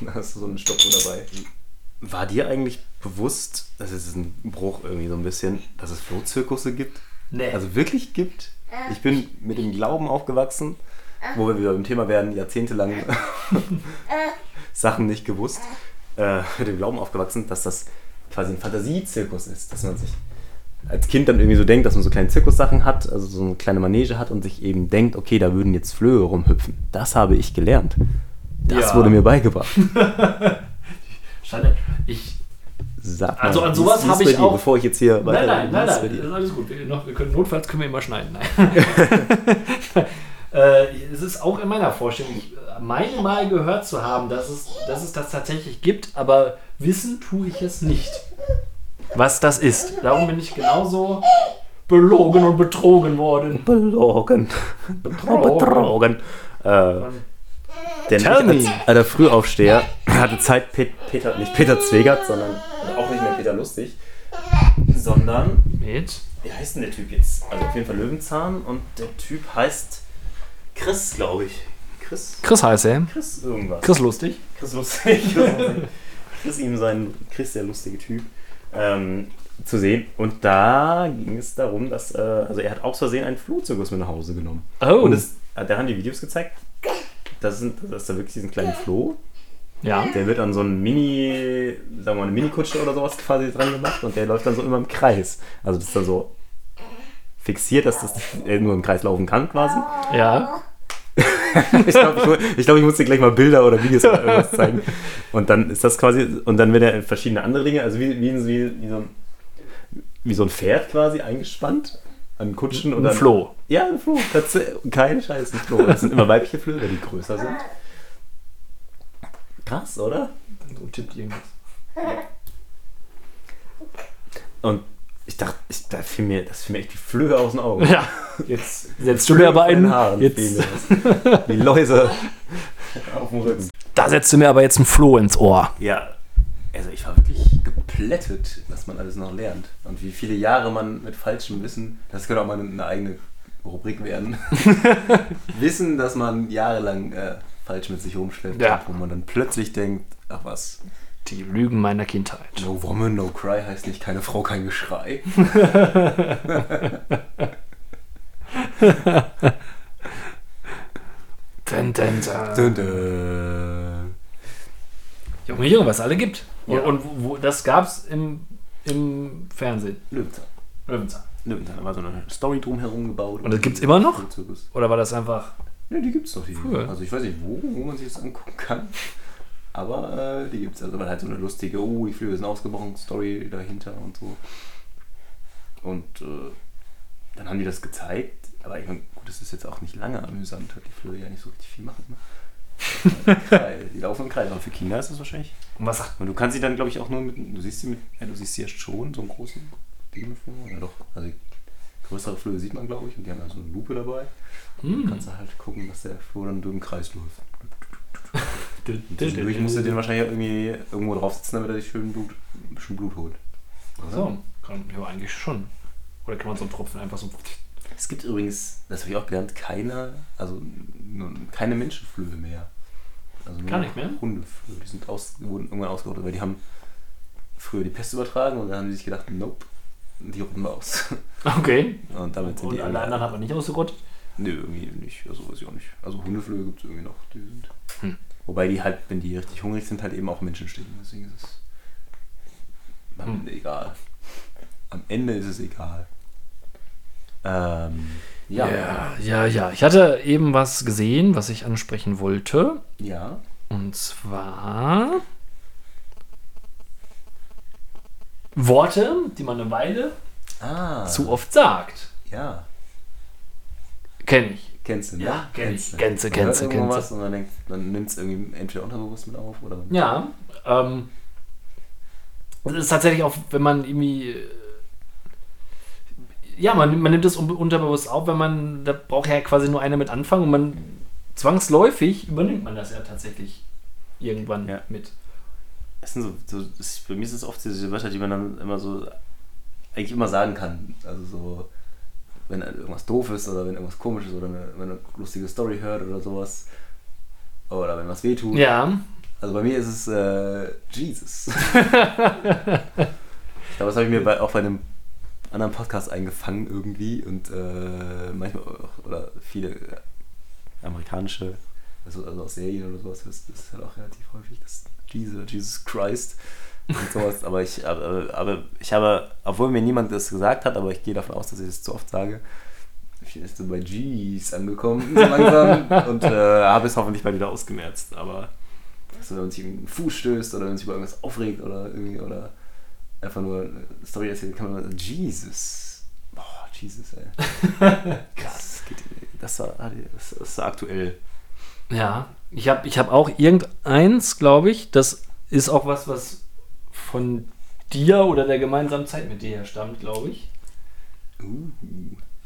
Speaker 1: Da hast du so einen Stoppuhr dabei. War dir eigentlich bewusst, das ist ein Bruch irgendwie so ein bisschen, dass es Flohzirkusse gibt?
Speaker 2: Nee.
Speaker 1: also wirklich gibt. Ich bin mit dem Glauben aufgewachsen, wo wir wieder beim Thema werden, jahrzehntelang <laughs> Sachen nicht gewusst, äh, mit dem Glauben aufgewachsen, dass das quasi ein Fantasiezirkus ist, dass man sich als Kind dann irgendwie so denkt, dass man so kleine Zirkussachen hat, also so eine kleine Manege hat und sich eben denkt, okay, da würden jetzt Flöhe rumhüpfen. Das habe ich gelernt. Das
Speaker 2: Ja.
Speaker 1: wurde mir beigebracht.
Speaker 2: <laughs> Schade. Ich,
Speaker 1: Sag mal,
Speaker 2: Also an
Speaker 1: wie
Speaker 2: sowas
Speaker 1: ist- wie ist
Speaker 2: habe
Speaker 1: bei
Speaker 2: ich
Speaker 1: dir,
Speaker 2: auch-
Speaker 1: Bevor ich jetzt hier
Speaker 2: nein, nein,
Speaker 1: wie
Speaker 2: nein,
Speaker 1: ist
Speaker 2: nein,
Speaker 1: bei
Speaker 2: das
Speaker 1: dir?
Speaker 2: ist alles gut. Wir, noch, wir können, notfalls können wir immer schneiden. Nein. <laughs> äh, es ist auch in meiner Vorstellung, ich äh, meine mal gehört zu haben, dass es, dass es das tatsächlich gibt, aber wissen tue ich es nicht. Was das ist. Darum bin ich genauso belogen und betrogen worden.
Speaker 1: belogen.
Speaker 2: Betrogen.
Speaker 1: betrogen. Äh, der
Speaker 2: Tell
Speaker 1: nämlich
Speaker 2: me.
Speaker 1: als alter Frühaufsteher hatte Zeit, Pet, Peter, nicht Peter Zwegert, sondern und auch nicht mehr Peter Lustig, sondern,
Speaker 2: Mit?
Speaker 1: wie heißt denn der Typ jetzt? Also auf jeden Fall Löwenzahn und der Typ heißt Chris, glaube ich. Chris,
Speaker 2: Chris heißt er.
Speaker 1: Chris irgendwas.
Speaker 2: Chris lustig.
Speaker 1: Chris lustig. <laughs> Chris ihm sein, Chris der lustige Typ, ähm, zu sehen. Und da ging es darum, dass, äh, also er hat aus Versehen einen Flohzirkus mit nach Hause genommen.
Speaker 2: Oh.
Speaker 1: Und es, äh, da haben die Videos gezeigt, das sind, das ist da wirklich diesen kleinen Floh.
Speaker 2: ja.
Speaker 1: Der wird an so einen Mini, sagen wir mal, eine Minikutsche oder sowas quasi dran gemacht und der läuft dann so immer im Kreis. Also das ist dann so fixiert, dass das äh, nur im Kreis laufen kann quasi.
Speaker 2: Ja.
Speaker 1: Ich glaube, ich, mu- ich, glaub, ich muss dir gleich mal Bilder oder Videos oder irgendwas zeigen. Und dann ist das quasi, und dann wird er in verschiedene andere Dinge, also wie, wie, wie, wie, so, ein, wie so ein Pferd quasi eingespannt an Kutschen. oder
Speaker 2: Ein Floh.
Speaker 1: Ja, ein Floh. Tats- Kein scheiß ein Floh. Das sind immer weibliche Flöhe, die größer sind. Krass, oder?
Speaker 2: So tippt irgendwas.
Speaker 1: Und Ich dachte, ich, da fiel mir, das fiel mir echt die Flöhe aus den Augen.
Speaker 2: Ja, jetzt setzt du mir aber einen.
Speaker 1: Haaren fiel
Speaker 2: Jetzt,
Speaker 1: mir das. Die Läuse <laughs> auf dem Rücken.
Speaker 2: da setzt du mir aber jetzt einen Floh ins Ohr.
Speaker 1: Ja, also ich war wirklich geplättet, was man alles noch lernt. Und wie viele Jahre man mit falschem Wissen, das könnte auch mal eine eigene Rubrik werden. <laughs> Wissen, dass man jahrelang äh, falsch mit sich rumschleppt,
Speaker 2: Ja.
Speaker 1: wo man dann plötzlich denkt, ach was,
Speaker 2: Die Lügen meiner <laughs> Kindheit.
Speaker 1: no woman, no cry heißt nicht keine Frau, kein Geschrei.
Speaker 2: Dun, dun, dun.
Speaker 1: Dun, dun.
Speaker 2: Junge, Junge, was es alle gibt.
Speaker 1: Ja.
Speaker 2: Und, und wo, wo, das gab's im, im Fernsehen.
Speaker 1: Löwenzahn.
Speaker 2: Löwenzahn.
Speaker 1: Löwenzahn, Ne, da war so eine Story drumherum gebaut.
Speaker 2: Und das gibt's immer noch?
Speaker 1: Im Zirkus.
Speaker 2: Oder war das einfach.
Speaker 1: Ja, die gibt's doch. Die.
Speaker 2: Cool.
Speaker 1: Also ich weiß nicht, wo, wo man sich das angucken kann. Aber äh, die gibt's. Also man hat so eine lustige, oh, die Flügel sind ausgebrochen, Story dahinter und so. Und äh, dann haben die das gezeigt. Aber ich meine, gut, das ist jetzt auch nicht lange amüsant, weil die Flöhe ja nicht so richtig viel machen. Ne? Kreis, die laufen im Kreis, aber für Kinder ist das wahrscheinlich.
Speaker 2: Und was sagt
Speaker 1: Und du kannst sie dann, glaube ich, auch nur mit. Du siehst sie mit. Ja, du siehst sie ja schon, so einen großen Demifon. Ja doch. Also größere Flöhe sieht man, glaube ich, und die haben dann so eine Lupe dabei.
Speaker 2: Hm.
Speaker 1: Und dann kannst du halt gucken, dass der Floh dann durch den Kreis läuft. Und Zwischendurch musst du den wahrscheinlich auch irgendwie irgendwo draufsitzen, damit er dich schön Blut, schön Blut holt. Oder?
Speaker 2: So, kann, ja, eigentlich schon. Oder kann man so einen Tropfen einfach so.
Speaker 1: Es gibt übrigens, das habe ich auch gelernt, keine, also nun, keine Menschenflöhe mehr. Also nur
Speaker 2: Gar nicht mehr?
Speaker 1: Hundeflöhe. Die sind aus, wurden irgendwann ausgerottet, weil die haben früher die Pest übertragen und dann haben die sich gedacht, nope, die rotten wir aus.
Speaker 2: Okay.
Speaker 1: <laughs> Und damit sind
Speaker 2: Und
Speaker 1: die
Speaker 2: alle
Speaker 1: irgendwie-
Speaker 2: anderen hat man nicht ausgerottet.
Speaker 1: Nö, irgendwie nicht. Also weiß ich auch nicht. Also Hundeflöhe gibt es irgendwie noch. Die sind.
Speaker 2: Hm.
Speaker 1: Wobei die halt, wenn die richtig hungrig sind, halt eben auch Menschen stechen. Deswegen ist es am
Speaker 2: Hm.
Speaker 1: Ende egal. Am Ende ist es egal. Ähm, ja.
Speaker 2: ja, ja, ja. Ich hatte eben was gesehen, was ich ansprechen wollte.
Speaker 1: Ja.
Speaker 2: Und zwar. Worte, die man eine Weile
Speaker 1: Ah.
Speaker 2: zu oft sagt.
Speaker 1: Ja.
Speaker 2: Kenn ich.
Speaker 1: Kennst du, ne?
Speaker 2: Ja, kenn ich.
Speaker 1: Kennst du. Man
Speaker 2: Kennst du, kennst
Speaker 1: hört
Speaker 2: du,
Speaker 1: irgendwo
Speaker 2: kennst du.
Speaker 1: was Und dann, denkt- dann nimmt es irgendwie entweder unterbewusst mit auf oder.
Speaker 2: Ja, ähm, das ist tatsächlich auch, wenn man irgendwie, äh, ja, man, man nimmt das un- unterbewusst auf, wenn man, da braucht ja quasi nur einer mit anfangen und man zwangsläufig übernimmt man das ja tatsächlich irgendwann
Speaker 1: Ja.
Speaker 2: mit.
Speaker 1: Es sind so, so es, bei mir sind es oft diese Wörter, die man dann immer so eigentlich immer sagen kann. Also so, wenn halt irgendwas doof ist oder wenn irgendwas komisch ist oder eine, wenn man eine lustige Story hört oder sowas. Oder wenn was wehtut.
Speaker 2: Ja,
Speaker 1: Also bei mir ist es äh, Jesus. <laughs> ich glaube, das habe ich mir bei, auch bei einem anderen Podcast eingefangen irgendwie und äh, manchmal auch, oder viele äh, amerikanische, also, also aus Serien oder sowas, das das ist halt auch relativ häufig das Jesus oder Jesus Christ und sowas. aber, ich, aber, aber ich habe, obwohl mir niemand das gesagt hat, aber ich gehe davon aus, dass ich das zu oft sage, ich bin jetzt so bei G's angekommen so langsam und äh, habe es hoffentlich bald wieder ausgemerzt, aber also wenn man sich einen Fuß stößt oder wenn man sich über irgendwas aufregt oder irgendwie oder einfach nur eine Story erzählt, kann man Jesus. Boah, Jesus, ey. <laughs> Krass. Das, geht, das, war, ah, das, das war aktuell.
Speaker 2: <laughs> ja. Ich habe ich hab auch irgendeins, glaube ich, das ist auch was, was von dir oder der gemeinsamen Zeit mit dir her stammt, glaube ich.
Speaker 1: Uh.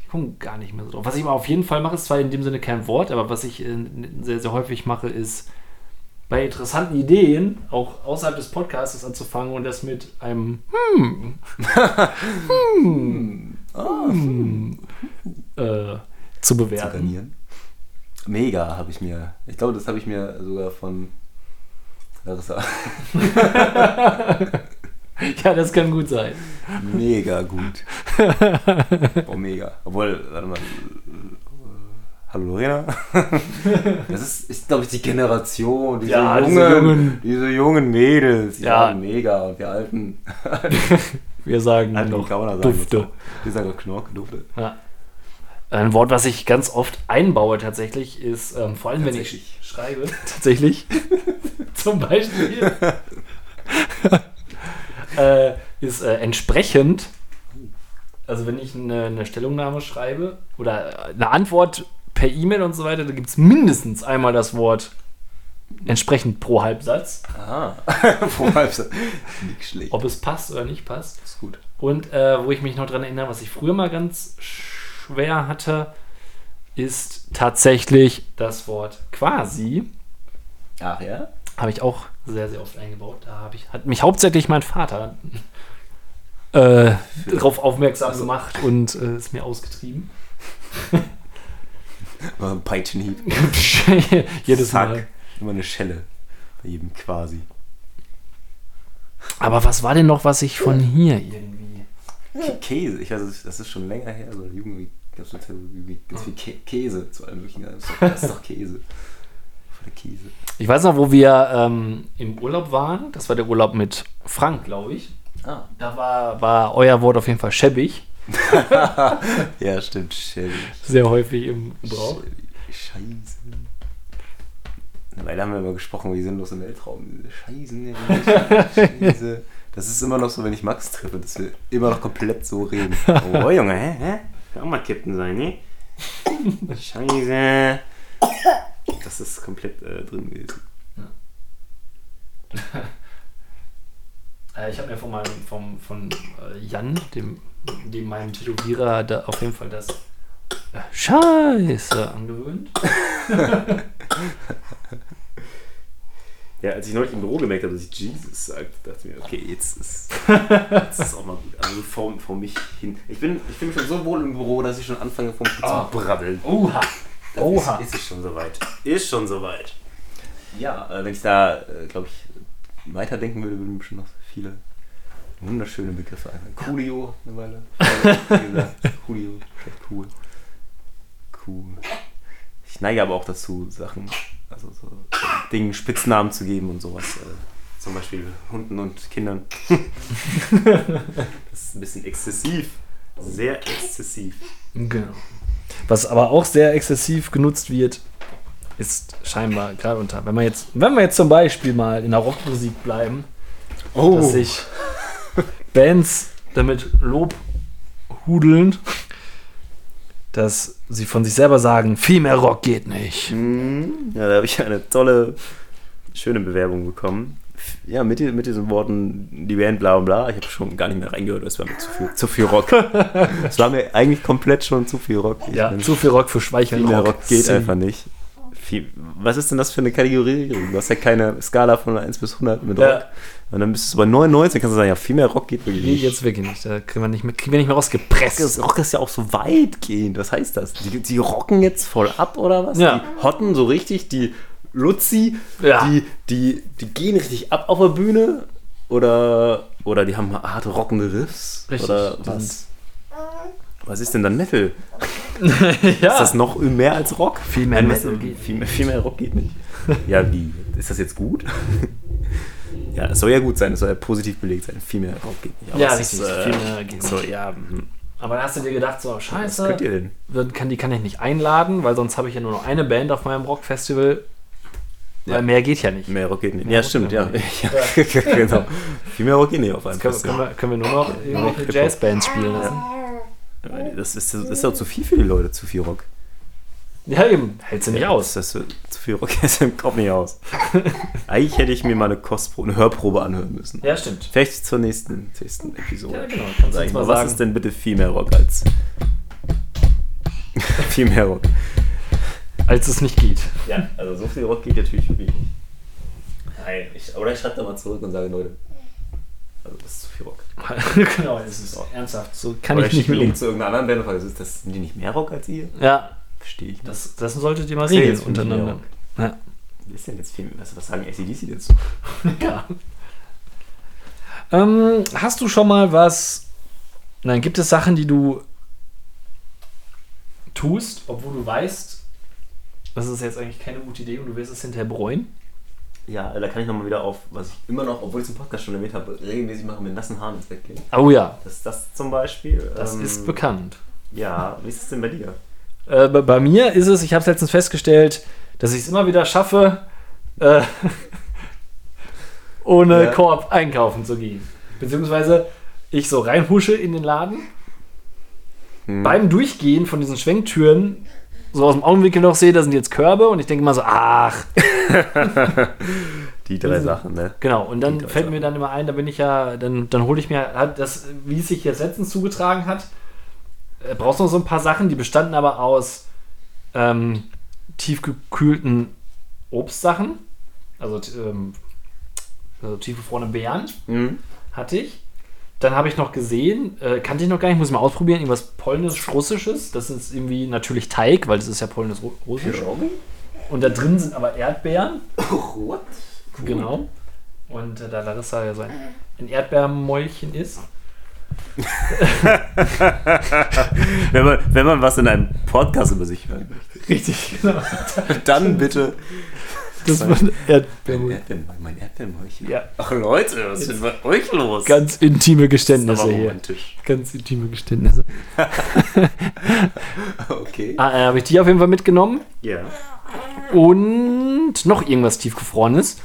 Speaker 2: Ich gucke gar nicht mehr so drauf. Was ich aber auf jeden Fall mache, ist zwar in dem Sinne kein Wort, aber was ich äh, sehr, sehr häufig mache, ist bei interessanten Ideen auch außerhalb des Podcasts anzufangen und das mit einem <laughs> Ah, hm, hm, hm, äh, zu
Speaker 1: Zu
Speaker 2: bewerten.
Speaker 1: garnieren. Mega habe ich mir. Ich glaube, das habe ich mir sogar von Larissa. <laughs>
Speaker 2: Ja, das kann gut sein.
Speaker 1: Mega gut. <laughs> Oh, mega. Obwohl, warte mal. äh, Hallo <laughs> Lorena. Das ist, ist glaube ich, die Generation. Diese,
Speaker 2: Ja,
Speaker 1: jungen,
Speaker 2: diese
Speaker 1: diese jungen.
Speaker 2: Jungen.
Speaker 1: Mädels. Die
Speaker 2: Ja.
Speaker 1: sagen mega. Und wir alten.
Speaker 2: Wir sagen
Speaker 1: alten
Speaker 2: noch
Speaker 1: kann man das sagen.
Speaker 2: Dufte.
Speaker 1: Wir sagen doch Knorke, Dufte.
Speaker 2: Ja. Ein Wort, was ich ganz oft einbaue tatsächlich, ist, ähm, vor allem wenn ich
Speaker 1: Tatsächlich.
Speaker 2: schreibe, <laughs> tatsächlich,
Speaker 1: <laughs>
Speaker 2: zum Beispiel, äh, ist äh, entsprechend, also wenn ich eine, eine Stellungnahme schreibe oder eine Antwort per E-Mail und so weiter, da gibt es mindestens einmal das Wort entsprechend pro Halbsatz,
Speaker 1: Ah. <laughs> Aha. Vor allem so- Nicht schlecht.
Speaker 2: ob es passt oder nicht passt.
Speaker 1: ist gut.
Speaker 2: Und äh, wo ich mich noch dran erinnere, was ich früher mal ganz schwer hatte, ist tatsächlich das Wort quasi.
Speaker 1: Ach ja?
Speaker 2: Habe ich auch sehr, sehr oft eingebaut. Da habe ich, hat mich hauptsächlich mein Vater äh, darauf
Speaker 1: Also,
Speaker 2: aufmerksam gemacht und äh, ist mir
Speaker 1: <laughs>
Speaker 2: ausgetrieben.
Speaker 1: War so ein Peitschenhieb.
Speaker 2: Jedes
Speaker 1: Zack.
Speaker 2: Mal.
Speaker 1: Immer eine Schelle. Bei jedem quasi.
Speaker 2: Aber was war denn noch, was ich von hier irgendwie.
Speaker 1: K- Käse. Ich weiß, es- das ist schon länger her, aber irgendwie gab es ganz viel Kä- Käse zu allem möglichen. Das ist doch, das ist doch Käse. Voll der Käse.
Speaker 2: Ich weiß noch, wo wir ähm, im Urlaub waren. Das war der Urlaub mit Frank, glaube ich.
Speaker 1: Ah.
Speaker 2: Da war, war euer Wort auf jeden Fall schäbig.
Speaker 1: Ja, stimmt. Chevy.
Speaker 2: Sehr häufig im Gebrauch.
Speaker 1: Chevy. Scheiße. Eine Weile haben wir immer gesprochen, wie sinnlos im Weltraum. Diese Scheißen.
Speaker 2: <laughs>
Speaker 1: Scheiße. Das ist immer noch so, wenn ich Max treffe, dass wir immer noch komplett so reden. Oh, Junge, hä? hä? Will auch mal Captain sein, ne? Scheiße. Das ist komplett äh, drin gewesen.
Speaker 2: Äh, ich habe mir von, meinem, vom, von äh, Jan, dem, dem meinem Tätowierer, da auf jeden Fall das äh, Scheiße angewöhnt.
Speaker 1: Ja, als ich neulich im Büro gemerkt habe, dass ich Jesus sage, dachte ich mir, okay, jetzt ist, jetzt ist auch mal gut. Also vor, vor mich hin. Ich bin, ich bin schon so wohl im Büro, dass ich schon anfange, vom Stuhl
Speaker 2: Ah.
Speaker 1: zu brabbeln.
Speaker 2: Oha! Oha!
Speaker 1: Ist, ist es schon soweit. Ist schon soweit. Ja, äh, wenn ich da, äh, glaube ich, weiterdenken würde, würden mir bestimmt noch viele wunderschöne Begriffe einfallen. Coolio eine <laughs> Weile. Wie gesagt, Coolio, vielleicht cool. Cool. Ich neige aber auch dazu, Sachen, also so Dingen Spitznamen zu geben und sowas. Äh, zum Beispiel Hunden und <laughs> Kindern. das ist ein bisschen exzessiv. Sehr exzessiv.
Speaker 2: Genau. Was aber auch sehr exzessiv genutzt wird, ist scheinbar gerade unter. Wenn wir jetzt, wenn wir jetzt zum Beispiel mal in der Rockmusik bleiben,
Speaker 1: Oh.
Speaker 2: dass sich Bands damit lobhudeln, dass sie von sich selber sagen, viel mehr Rock geht nicht.
Speaker 1: Mhm. Ja, da habe ich eine tolle, schöne Bewerbung bekommen. Ja, mit, die- mit diesen Worten, die Band bla bla bla. Ich habe schon gar nicht mehr reingehört, es war mir zu viel, zu viel
Speaker 2: <laughs>
Speaker 1: Rock. Es war mir eigentlich komplett schon zu viel Rock. Ich
Speaker 2: Ja,
Speaker 1: meine,
Speaker 2: zu viel Rock für Schweichel.
Speaker 1: viel mehr Rock geht einfach nicht. Viel, was ist denn das für eine Kategorie? Du hast ja keine Skala von 1 bis 100 mit Rock.
Speaker 2: Ja.
Speaker 1: Und dann bist du bei 99, kannst du sagen, ja, viel mehr Rock geht wirklich
Speaker 2: Nee,
Speaker 1: nicht.
Speaker 2: jetzt wirklich nicht. Da kriegen wir nicht mehr, kriegen wir nicht mehr
Speaker 1: Rock
Speaker 2: rausgepresst.
Speaker 1: ist, Rock ist ja auch so weitgehend. Was heißt das? Die, die rocken jetzt voll ab oder was?
Speaker 2: Ja.
Speaker 1: Die hotten so richtig, die Luzi,
Speaker 2: Ja.
Speaker 1: die, die, die gehen richtig ab auf der Bühne oder, oder die haben harte rockende Riffs
Speaker 2: Richtig,
Speaker 1: oder
Speaker 2: die
Speaker 1: was? Was ist denn dann Metal?
Speaker 2: <laughs>
Speaker 1: Ist
Speaker 2: ja.
Speaker 1: das noch mehr als Rock? Viel
Speaker 2: mehr
Speaker 1: Metal
Speaker 2: Metal geht
Speaker 1: viel, mehr, viel mehr Rock geht nicht. Ja, wie? Ist das jetzt gut? <laughs> Ja, es soll ja gut sein, es soll ja positiv belegt sein. Viel mehr Rock geht nicht. Aber
Speaker 2: Ja,
Speaker 1: es ist,
Speaker 2: richtig,
Speaker 1: äh,
Speaker 2: viel mehr geht
Speaker 1: so, ja, hm,
Speaker 2: Aber dann hast du dir gedacht, so, scheiße.
Speaker 1: was könnt ihr denn?
Speaker 2: dann kann, die kann ich nicht einladen, weil sonst habe ich ja nur noch eine Band auf meinem Rockfestival. Weil
Speaker 1: Ja.
Speaker 2: mehr geht ja nicht.
Speaker 1: Mehr Rock geht nicht.
Speaker 2: Mehr
Speaker 1: Ja,
Speaker 2: Rock
Speaker 1: stimmt,
Speaker 2: geht
Speaker 1: ja. <laughs> ja. genau. Viel mehr Rock geht nicht auf einem
Speaker 2: Können, können,
Speaker 1: Festival.
Speaker 2: wir, können wir nur noch irgendwelche
Speaker 1: Hip-Hop.
Speaker 2: Jazzbands spielen lassen.
Speaker 1: Das ist, das ist doch zu viel für die Leute, zu viel Rock.
Speaker 2: Ja, eben. Hält sie nicht aus.
Speaker 1: Das ist, zu viel Rock <laughs> ist im Kopf nicht aus. Eigentlich hätte ich mir mal eine Kostprobe, eine Hörprobe anhören müssen.
Speaker 2: Ja, stimmt.
Speaker 1: Vielleicht zur nächsten, nächsten Episode.
Speaker 2: Ja, genau. Kannst du
Speaker 1: Sag
Speaker 2: uns
Speaker 1: ich
Speaker 2: mal
Speaker 1: mal,
Speaker 2: sagen.
Speaker 1: was ist denn bitte viel mehr Rock als. <laughs> viel mehr Rock.
Speaker 2: Als es nicht geht. <laughs>
Speaker 1: Ja, also so viel Rock geht natürlich wirklich nicht. Nein, ich, oder ich schreibe da mal zurück und sage, Leute, also das ist zu viel Rock.
Speaker 2: genau, es ist ernsthaft. So kann
Speaker 1: Oder
Speaker 2: ich nicht
Speaker 1: schicke einen
Speaker 2: mit.
Speaker 1: Link zu irgendeiner anderen Band und frage, ist das, sind die nicht mehr Rock als ihr?
Speaker 2: Ja,
Speaker 1: Verstehe ich nicht.
Speaker 2: das, das solltet ihr mal
Speaker 1: Zählt
Speaker 2: regeln
Speaker 1: für mich
Speaker 2: untereinander. Ja.
Speaker 1: Was ist denn jetzt viel was, was sagen ACDC jetzt?
Speaker 2: ja. Ähm, hast du schon mal was? Nein, gibt es Sachen, die du tust, obwohl du weißt, das ist jetzt eigentlich keine gute Idee und du wirst es hinterher bereuen?
Speaker 1: Ja, da kann ich nochmal wieder auf, was ich immer noch, obwohl ich es im Podcast schon erwähnt habe, regelmäßig mache, mit nassen Haaren ins Bett gehen.
Speaker 2: Oh ja,
Speaker 1: Das ist das zum Beispiel.
Speaker 2: das
Speaker 1: ähm,
Speaker 2: ist bekannt.
Speaker 1: Ja, wie ist es denn bei dir?
Speaker 2: Äh, bei- bei mir ist es, ich habe es letztens festgestellt, dass ich es immer wieder schaffe, äh, <laughs> ohne
Speaker 1: Ja.
Speaker 2: Korb einkaufen zu gehen. Beziehungsweise ich so reinhusche in den Laden, beim Durchgehen von diesen Schwenktüren so aus dem Augenwinkel noch sehe, da sind jetzt Körbe und ich denke mal so, ach,
Speaker 1: Die drei Sachen, ne?
Speaker 2: Genau, und dann
Speaker 1: Die
Speaker 2: fällt
Speaker 1: Deutsche.
Speaker 2: mir dann immer ein, da bin ich ja, dann, dann hole ich mir hat das, wie es sich jetzt letztens zugetragen hat, äh, brauchst du noch so ein paar Sachen, die bestanden aber aus ähm, tiefgekühlten Obstsachen, also, t- ähm, also tiefgefrorene Beeren
Speaker 1: Mhm.
Speaker 2: hatte ich. Dann habe ich noch gesehen, äh, kannte ich noch gar nicht, muss ich mal ausprobieren, irgendwas polnisch-russisches. Das ist irgendwie natürlich Teig, weil das ist ja polnisch-russisch. Und da drin sind aber Erdbeeren.
Speaker 1: What?
Speaker 2: Genau. Und äh, da Larissa ja so ein, ein Erdbeermäulchen ist.
Speaker 1: Wenn man, wenn man was in einem Podcast über sich hört,
Speaker 2: Richtig, genau.
Speaker 1: <laughs> dann bitte.
Speaker 2: Das war ein Erdbeermäulchen.
Speaker 1: Erdbeeren, mein Erdbeermäulchen.
Speaker 2: Ja.
Speaker 1: Ach Leute, was ist denn bei euch los?
Speaker 2: Ganz intime
Speaker 1: das ist
Speaker 2: Geständnisse
Speaker 1: aber
Speaker 2: hier.
Speaker 1: romantisch.
Speaker 2: Ganz intime Geständnisse.
Speaker 1: Okay.
Speaker 2: Ah, äh, habe ich die auf jeden Fall mitgenommen.
Speaker 1: Ja.
Speaker 2: und noch irgendwas tiefgefrorenes.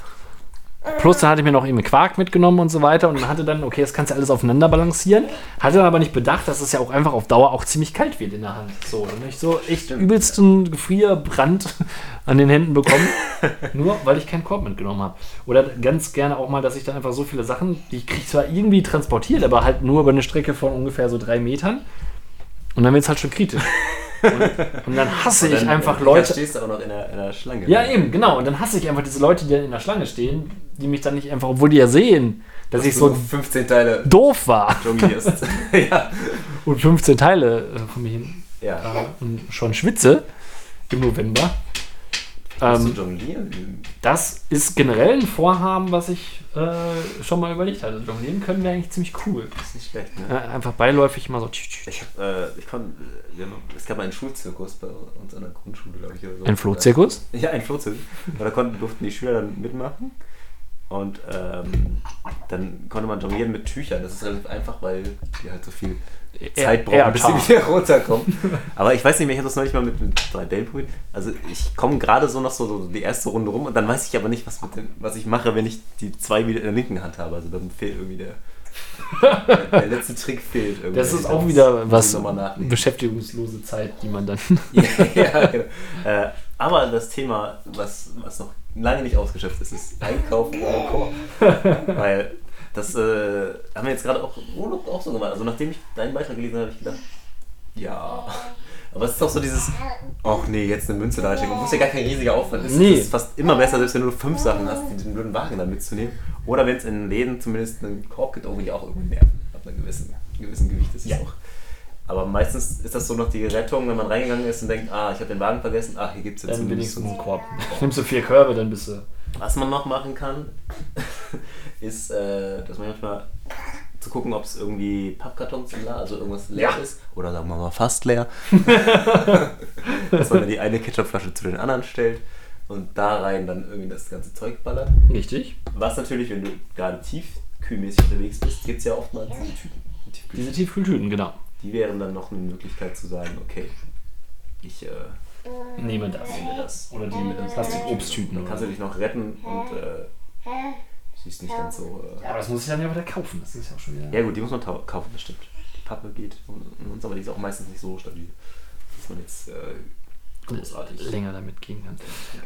Speaker 2: Plus, dann hatte ich mir noch eben Quark mitgenommen und so weiter und hatte dann, okay, das kannst du alles aufeinander balancieren. Hatte dann aber nicht bedacht, dass es ja auch einfach auf Dauer auch ziemlich kalt wird in der Hand. So, und ich so echt übelsten Gefrierbrand <laughs> an den Händen bekommen, nur weil ich keinen Korb mitgenommen habe. Oder ganz gerne auch mal, dass ich dann einfach so viele Sachen, die kriege ich zwar irgendwie transportiert, aber halt nur über eine Strecke von ungefähr so drei Metern. Und dann wird es halt schon kritisch. Und, und dann äh, hasse ich einfach Leute.
Speaker 1: äh, stehst du auch noch in der, in der Schlange. ne?
Speaker 2: Ja, eben, genau. Und dann hasse ich einfach diese Leute, die dann in der Schlange stehen, die mich dann nicht einfach, obwohl die ja sehen, dass ich so
Speaker 1: 15 Teile
Speaker 2: <laughs> doof war
Speaker 1: jonglierst. <laughs> ja.
Speaker 2: und 15 Teile äh, von mir hin äh,
Speaker 1: Ja.
Speaker 2: und schon schwitze im November.
Speaker 1: Musst
Speaker 2: Ähm,
Speaker 1: du jonglieren?
Speaker 2: das ist generell ein Vorhaben, was ich äh, schon mal überlegt hatte. Jonglieren können wäre eigentlich ziemlich cool.
Speaker 1: Ist nicht schlecht, ne?
Speaker 2: Äh, einfach beiläufig mal so. tsch, tsch, tsch.
Speaker 1: Ich hab, äh, ich kon, wir haben, es gab einen Schulzirkus bei uns an der Grundschule, glaube ich. Oder so.
Speaker 2: Ein Flohzirkus?
Speaker 1: <laughs> Ja, ein Flohzirkus. Und da konnten, durften die Schüler dann mitmachen. Und ähm, dann konnte man jonglieren mit Tüchern. Das ist relativ einfach, weil die halt so viel Zeit brauchen,
Speaker 2: eher
Speaker 1: bis sie
Speaker 2: tar.
Speaker 1: wieder <laughs> runterkommen. Aber ich weiß nicht mehr, ich habe das neulich mal mit, mit 3D probiert. Also ich komme gerade so noch so, so die erste Runde rum und dann weiß ich aber nicht, was, mit dem, was ich mache, wenn ich die zwei wieder in der linken Hand habe. Also dann fehlt irgendwie der, der, der letzte Trick fehlt irgendwie.
Speaker 2: Das ist auch
Speaker 1: muss- muss
Speaker 2: wieder
Speaker 1: ich
Speaker 2: was
Speaker 1: noch mal nachlesen.
Speaker 2: beschäftigungslose Zeit, die man dann.
Speaker 1: ja, <laughs> genau. äh, aber das Thema, was, was noch lange nicht ausgeschöpft ist, ist Einkaufen ohne Korb. Weil das äh, haben wir jetzt gerade auch im Urlaub auch so gemacht. Also nachdem ich deinen Beitrag gelesen habe, habe ich gedacht, ja. Aber es ist auch so dieses, ach nee, jetzt eine Münze da reinstecken. Muss ja gar kein riesiger Aufwand. Es
Speaker 2: Nee.
Speaker 1: ist fast immer besser, selbst wenn du nur fünf Sachen hast, die den blöden Wagen dann mitzunehmen. Oder wenn es in Läden zumindest einen Korb gibt, auch die auch irgendwie nerven. Ab einem gewissen, gewissen Gewicht ist es auch. Aber meistens ist das so noch die Rettung, wenn man reingegangen ist und denkt, ah, ich habe den Wagen vergessen, ach, hier gibt es jetzt
Speaker 2: <laughs> Dann bin ich so
Speaker 1: mindestens-
Speaker 2: ein Korb. Nimmst du vier Körbe, dann bist du.
Speaker 1: Was man noch machen kann, <laughs> ist, äh, dass man manchmal zu gucken, ob es irgendwie Pappkartons im Lager, also irgendwas leer
Speaker 2: Ja.
Speaker 1: ist, oder sagen wir mal fast
Speaker 2: <laughs>
Speaker 1: leer. dass man dann die eine Ketchupflasche zu den anderen stellt und da rein dann irgendwie das ganze Zeug ballert.
Speaker 2: Richtig.
Speaker 1: Was natürlich, wenn du gerade tiefkühlmäßig unterwegs bist, gibt es ja oftmals diese Typen. die Tiefkühl-
Speaker 2: Diese Tiefkühltüten, genau.
Speaker 1: Die wären dann noch eine Möglichkeit zu sagen, okay, ich äh,
Speaker 2: Nehme das.
Speaker 1: nehme das.
Speaker 2: Oder die mit den Plastikobsttüten.
Speaker 1: Dann kannst du dich noch retten und äh, siehst nicht ganz so. Äh,
Speaker 2: Ja, aber das muss ich dann ja wieder kaufen. Das ist ja auch schon wieder.
Speaker 1: Ja gut, die muss man tau- kaufen, das stimmt. Die Pappe geht und, und uns, aber die ist auch meistens nicht so stabil, dass man jetzt äh, großartig...
Speaker 2: länger damit gehen kann.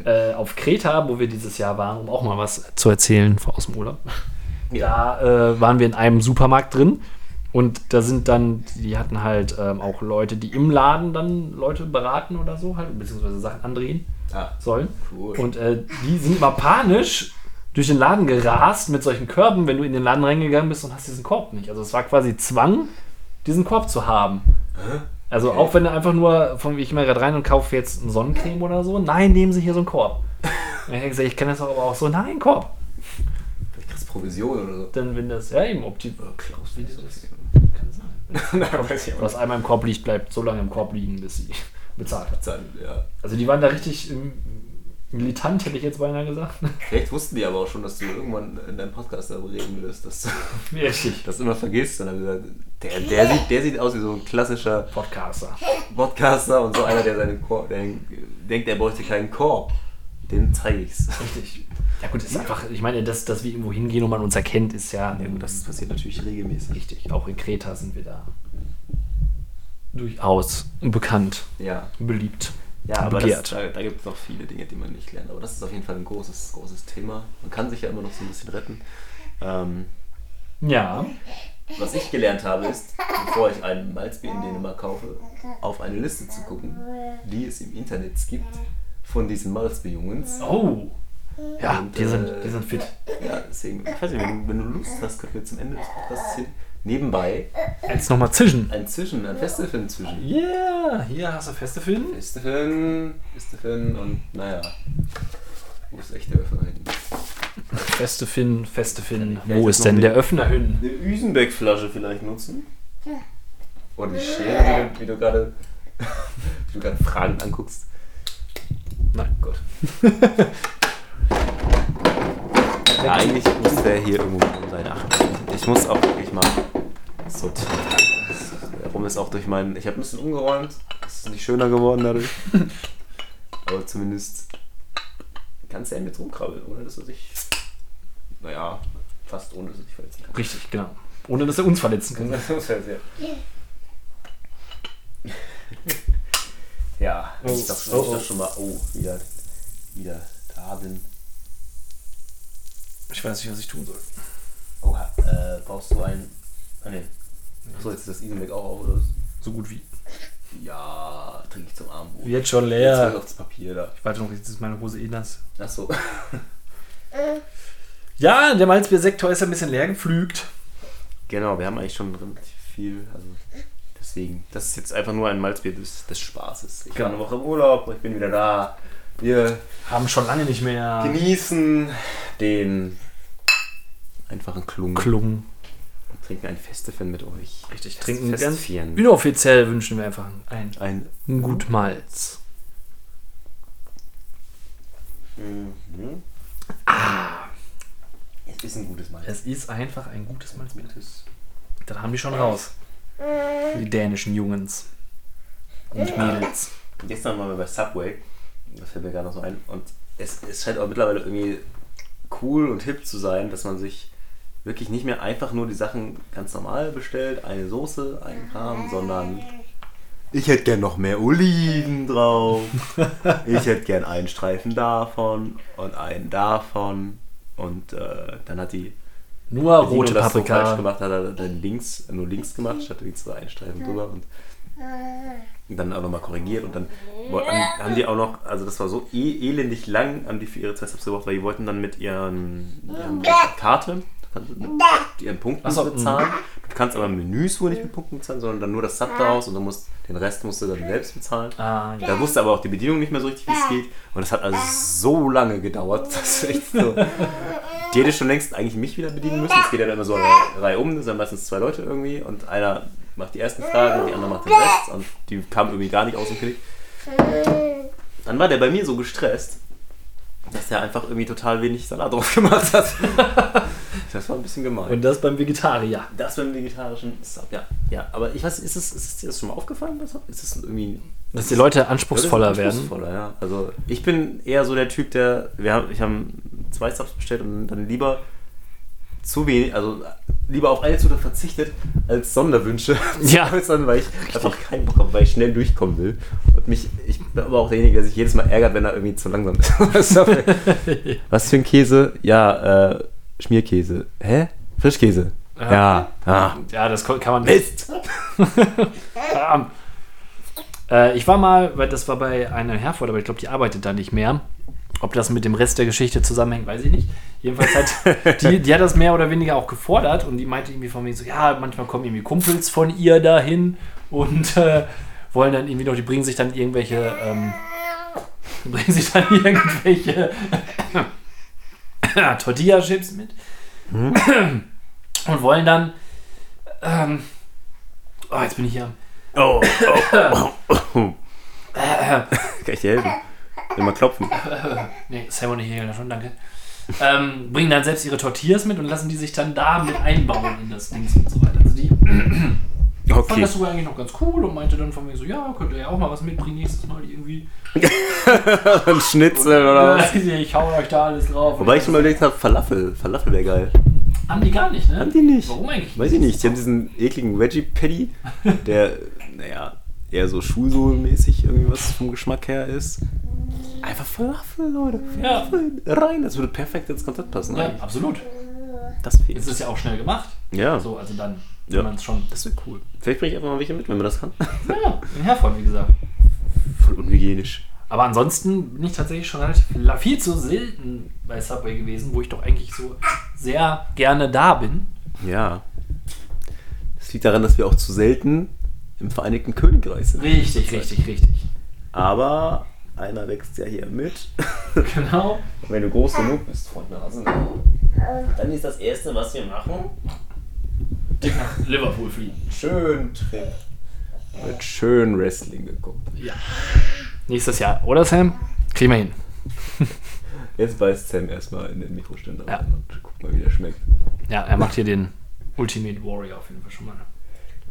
Speaker 2: Äh, auf Kreta, wo wir dieses Jahr waren, um auch mal was zu erzählen vor- aus dem Urlaub, da äh, waren wir in einem Supermarkt drin und da sind dann, die hatten halt ähm, auch Leute, die im Laden dann Leute beraten oder so, halt, beziehungsweise Sachen andrehen
Speaker 1: Ah,
Speaker 2: sollen.
Speaker 1: cool.
Speaker 2: Und äh, die sind immer panisch durch den Laden gerast mit solchen Körben, wenn du in den Laden reingegangen bist und hast diesen Korb nicht. Also es war quasi Zwang, diesen Korb zu haben. Also auch wenn du einfach nur von wie ich immer gerade rein und kaufe jetzt eine Sonnencreme oder so, nein, nehmen Sie hier so einen Korb.
Speaker 1: <laughs>
Speaker 2: Und ich hab gesagt, ich kenne das aber auch so, nein, Korb.
Speaker 1: Vielleicht kriegst du Provision oder so.
Speaker 2: Dann wenn das, ja eben, ob die Klaus, wie die das kann sein.
Speaker 1: <laughs> Na, weiß ich auch
Speaker 2: Was einmal im Korb liegt, bleibt so lange im Korb liegen, bis sie <laughs> bezahlt hat.
Speaker 1: nicht. Dann, ja.
Speaker 2: Also die waren da richtig ähm, militant, hätte ich jetzt beinahe gesagt. <laughs>
Speaker 1: Vielleicht wussten die aber auch schon, dass du irgendwann in deinem Podcast darüber reden würdest, dass du <laughs>
Speaker 2: Richtig.
Speaker 1: das immer vergisst. Und dann gesagt, der, der, sieht, der sieht aus wie so ein klassischer
Speaker 2: Podcaster.
Speaker 1: Podcaster und so einer, der seinen Korb, der denkt, er bräuchte keinen Korb. Dem zeige ich's.
Speaker 2: Richtig. Ja gut, ist einfach, ich meine, dass, dass wir irgendwo hingehen und man uns erkennt, ist ja,
Speaker 1: Ja gut, das passiert natürlich regelmäßig.
Speaker 2: richtig. Auch in Kreta sind wir da durchaus bekannt,
Speaker 1: Ja.
Speaker 2: beliebt.
Speaker 1: Ja, aber das,
Speaker 2: begehrt.
Speaker 1: da, da gibt es noch viele Dinge, die man nicht lernt. Aber das ist auf jeden Fall ein großes, großes Thema. Man kann sich ja immer noch so ein bisschen retten. Ähm,
Speaker 2: Ja.
Speaker 1: was ich gelernt habe, ist, bevor ich ein Malzbier in Dänemark kaufe, auf eine Liste zu gucken, die es im Internet gibt von diesen Malzbierjungens.
Speaker 2: Oh. Ja,
Speaker 1: Und,
Speaker 2: die,
Speaker 1: äh,
Speaker 2: sind, die sind fit.
Speaker 1: Ja, deswegen, ich weiß nicht, wenn, du- wenn du Lust hast, können wir zum Ende des Podcasts hin. Nebenbei
Speaker 2: Jetzt nochmal zischen.
Speaker 1: ein Zwischen, ein Festival zwischen.
Speaker 2: Yeah, hier hast du feste Film.
Speaker 1: Festival, Festival und naja. Wo ist echt der Öffner hin?
Speaker 2: Feste Finn, feste Finn.
Speaker 1: Vielleicht
Speaker 2: Wo
Speaker 1: ist
Speaker 2: ist
Speaker 1: noch
Speaker 2: denn
Speaker 1: ein-
Speaker 2: der Öffner hin?
Speaker 1: Eine Üsenbeck-Flasche vielleicht nutzen? Oder Oh, die Schere, wie du, wie du gerade <laughs> wie du gerade Fragen anguckst.
Speaker 2: Nein, Gott.
Speaker 1: Ja, eigentlich muss der hier irgendwo um rum sein. Ach, ich muss auch wirklich mal sortieren. Darum ist auch durch meinen. Ich habe ein bisschen umgeräumt. Es ist nicht schöner geworden dadurch. Aber zumindest kannst du ja mit rumkrabbeln, ohne dass du dich. Naja, fast ohne dass du dich verletzen
Speaker 2: <laughs>
Speaker 1: kannst.
Speaker 2: Richtig, genau. Ohne dass er uns verletzen kann.
Speaker 1: Das ist ja sehr. <laughs> Ja, ich dachte,
Speaker 2: Oh,
Speaker 1: ich
Speaker 2: oh.
Speaker 1: dachte schon mal, oh, wieder, wieder da bin.
Speaker 2: Ich weiß nicht, was ich tun soll.
Speaker 1: Oha, äh, brauchst du einen. Ah, nee. Achso, jetzt ist das Isenbeck auch auf, oder?
Speaker 2: So gut wie.
Speaker 1: Ja, trinke ich zum Abendbrot.
Speaker 2: Jetzt schon
Speaker 1: Jetzt hör ich
Speaker 2: leer.
Speaker 1: auf das Papier da.
Speaker 2: Warte noch, jetzt ist meine Hose eh nass.
Speaker 1: Achso.
Speaker 2: Ja, der Malzbiersektor ist ein bisschen leer gepflügt.
Speaker 1: <laughs> Genau, wir haben eigentlich schon relativ viel. Also deswegen, das ist jetzt einfach nur ein Malzbier des, des Spaßes. Ich war eine
Speaker 2: Genau.
Speaker 1: Woche im Urlaub, ich bin wieder da. Wir
Speaker 2: Haben schon lange nicht
Speaker 1: Ah.
Speaker 2: mehr
Speaker 1: genießen den einfachen Klung.
Speaker 2: geklungen.
Speaker 1: und trinken ein Festival mit euch.
Speaker 2: Richtig,
Speaker 1: Fest-
Speaker 2: trinken ganz
Speaker 1: Festvieren.
Speaker 2: inoffiziell wünschen wir einfach ein,
Speaker 1: Ein.
Speaker 2: ein gut Malz.
Speaker 1: Mhm. Ah. Es ist ein gutes Malz.
Speaker 2: Es ist einfach ein gutes Malz.
Speaker 1: gutes.
Speaker 2: Dann haben die schon raus. Die dänischen Jungens und Mädels.
Speaker 1: Gestern waren wir bei Subway, das fällt mir gerade noch so ein, und es, es scheint auch mittlerweile irgendwie cool und hip zu sein, dass man sich wirklich nicht mehr einfach nur die Sachen ganz normal bestellt, eine Soße, einen Kram, sondern ich hätte gern noch mehr Oliven drauf, ich hätte gern einen Streifen davon und einen davon und äh, dann hat die
Speaker 2: Nur
Speaker 1: Dino
Speaker 2: rote
Speaker 1: das so falsch
Speaker 2: Paprika.
Speaker 1: gemacht hat, hat er dann links, nur links gemacht, statt links so einen Streifen drüber und dann auch nochmal korrigiert und dann woll- haben- haben die auch noch, also das war so e elendig lang, haben die für ihre zwei Steps gebraucht, weil die wollten dann mit ihren, ihren Karte, mit ihren Punkten
Speaker 2: Ach so, mhm.
Speaker 1: bezahlen. Du kannst aber Menüs wohl nicht mit Punkten bezahlen, sondern dann nur das Sub daraus und dann musst, den Rest musst du dann selbst bezahlen.
Speaker 2: Ah, ja.
Speaker 1: Da wusste aber auch die Bedienung nicht mehr so richtig, wie es geht. Und das hat also so lange gedauert. <laughs> Das ist echt so. Die hätte schon längst eigentlich mich wieder bedienen müssen. Es geht ja dann immer so eine Reihe um. Das sind meistens zwei Leute irgendwie. Und einer macht die ersten Fragen und die andere macht den Rest. Und die kam irgendwie gar nicht aus dem Klick. Dann war der bei mir so gestresst, dass der einfach irgendwie total wenig Salat drauf gemacht hat. <laughs> Das war ein bisschen gemein.
Speaker 2: Und das beim Vegetarier.
Speaker 1: das beim vegetarischen Sub, ja. Ja, aber ich weiß, ist, es, ist dir das schon mal aufgefallen? bei Sub? Ist es irgendwie
Speaker 2: Dass die Leute
Speaker 1: ja,
Speaker 2: anspruchsvoller
Speaker 1: das ist
Speaker 2: werden.
Speaker 1: Anspruchsvoller, ja. Also ich bin eher so der Typ, der wir haben, ich habe zwei Subs bestellt und dann lieber zu wenig, also lieber auf eine Zutat verzichtet als Sonderwünsche. <laughs>
Speaker 2: Ja.
Speaker 1: Als dann, weil ich einfach keinen Bock habe, weil ich schnell durchkommen will. Und mich, ich bin aber auch derjenige, der sich jedes Mal ärgert, wenn er irgendwie zu langsam ist. <laughs> Weißt du?
Speaker 2: <laughs>
Speaker 1: Was für ein Käse? Ja, äh, Schmierkäse. Hä? Frischkäse.
Speaker 2: Ja.
Speaker 1: Ja. Ah.
Speaker 2: Ja, das kann man
Speaker 1: Mist!
Speaker 2: Ähm, äh, ich war mal, weil das war bei einer Herford, aber ich glaube, die arbeitet da nicht mehr. Ob das mit dem Rest der Geschichte zusammenhängt, weiß ich nicht. Jedenfalls hat die, die hat das mehr oder weniger auch gefordert und die meinte irgendwie von mir so, ja, manchmal kommen irgendwie Kumpels von ihr dahin und äh, wollen dann irgendwie noch, die bringen sich dann irgendwelche, ähm, die bringen sich dann <laughs> irgendwelche äh, <coughs> Tortilla-Chips mit <coughs> und wollen dann, ähm, oh, jetzt bin ich hier am
Speaker 1: Oh, oh, oh, <coughs> oh. Kann ich dir helfen? Immer klopfen.
Speaker 2: Nee, Simon nicht Hegel, schon, danke. Ähm, bringen dann selbst ihre Tortillas mit und lassen die sich dann da mit einbauen in das Ding und so weiter. Also die fand
Speaker 1: Okay.
Speaker 2: das sogar eigentlich noch ganz cool und meinte dann von mir so, ja, könnt ihr ja auch mal was mitbringen nächstes Mal irgendwie.
Speaker 1: <laughs> Ein Schnitzel oder was?
Speaker 2: <laughs> ich hau euch da alles drauf.
Speaker 1: Wobei ich schon mal überlegt habe, Falafel. Falafel wäre geil.
Speaker 2: Haben die gar nicht, ne?
Speaker 1: Haben die nicht?
Speaker 2: <laughs> Warum eigentlich?
Speaker 1: Weiß ich nicht. Die haben diesen ekligen Veggie Patty, der, naja, eher so Schuhsohlenmäßig irgendwie was vom Geschmack her ist. Einfach Falafel, Leute.
Speaker 2: Ja.
Speaker 1: Falafel rein. Das würde perfekt ins Konzept passen.
Speaker 2: Ja,
Speaker 1: eigentlich.
Speaker 2: absolut.
Speaker 1: Das fehlt.
Speaker 2: Jetzt ist es ja auch schnell gemacht.
Speaker 1: ja,
Speaker 2: So, also dann,
Speaker 1: Ja.
Speaker 2: wenn man es schon.
Speaker 1: das wäre cool. Vielleicht bringe ich einfach mal welche mit, wenn man das kann.
Speaker 2: Ja, in Herford, wie gesagt.
Speaker 1: <laughs> Voll unhygienisch.
Speaker 2: Aber ansonsten bin ich tatsächlich schon relativ la- viel zu selten bei Subway gewesen, wo ich doch eigentlich so sehr gerne da bin.
Speaker 1: Ja. Das liegt daran, dass wir auch zu selten im Vereinigten Königreich sind.
Speaker 2: Richtig, richtig, richtig.
Speaker 1: Aber einer wächst ja hier mit.
Speaker 2: <laughs> Genau.
Speaker 1: Und wenn du groß genug bist, Freund Nasen, dann ist das Erste, was wir machen,
Speaker 2: Dick nach Liverpool fliegen.
Speaker 1: schön Trip. Wird schön Wrestling geguckt.
Speaker 2: Ja. Nächstes Jahr, oder Sam? Kriegen wir hin.
Speaker 1: Jetzt beißt Sam erstmal in den Mikroständer
Speaker 2: Ja.
Speaker 1: rein und guck mal, wie der schmeckt.
Speaker 2: Ja, er macht hier den Ultimate Warrior auf jeden Fall schon mal. ne?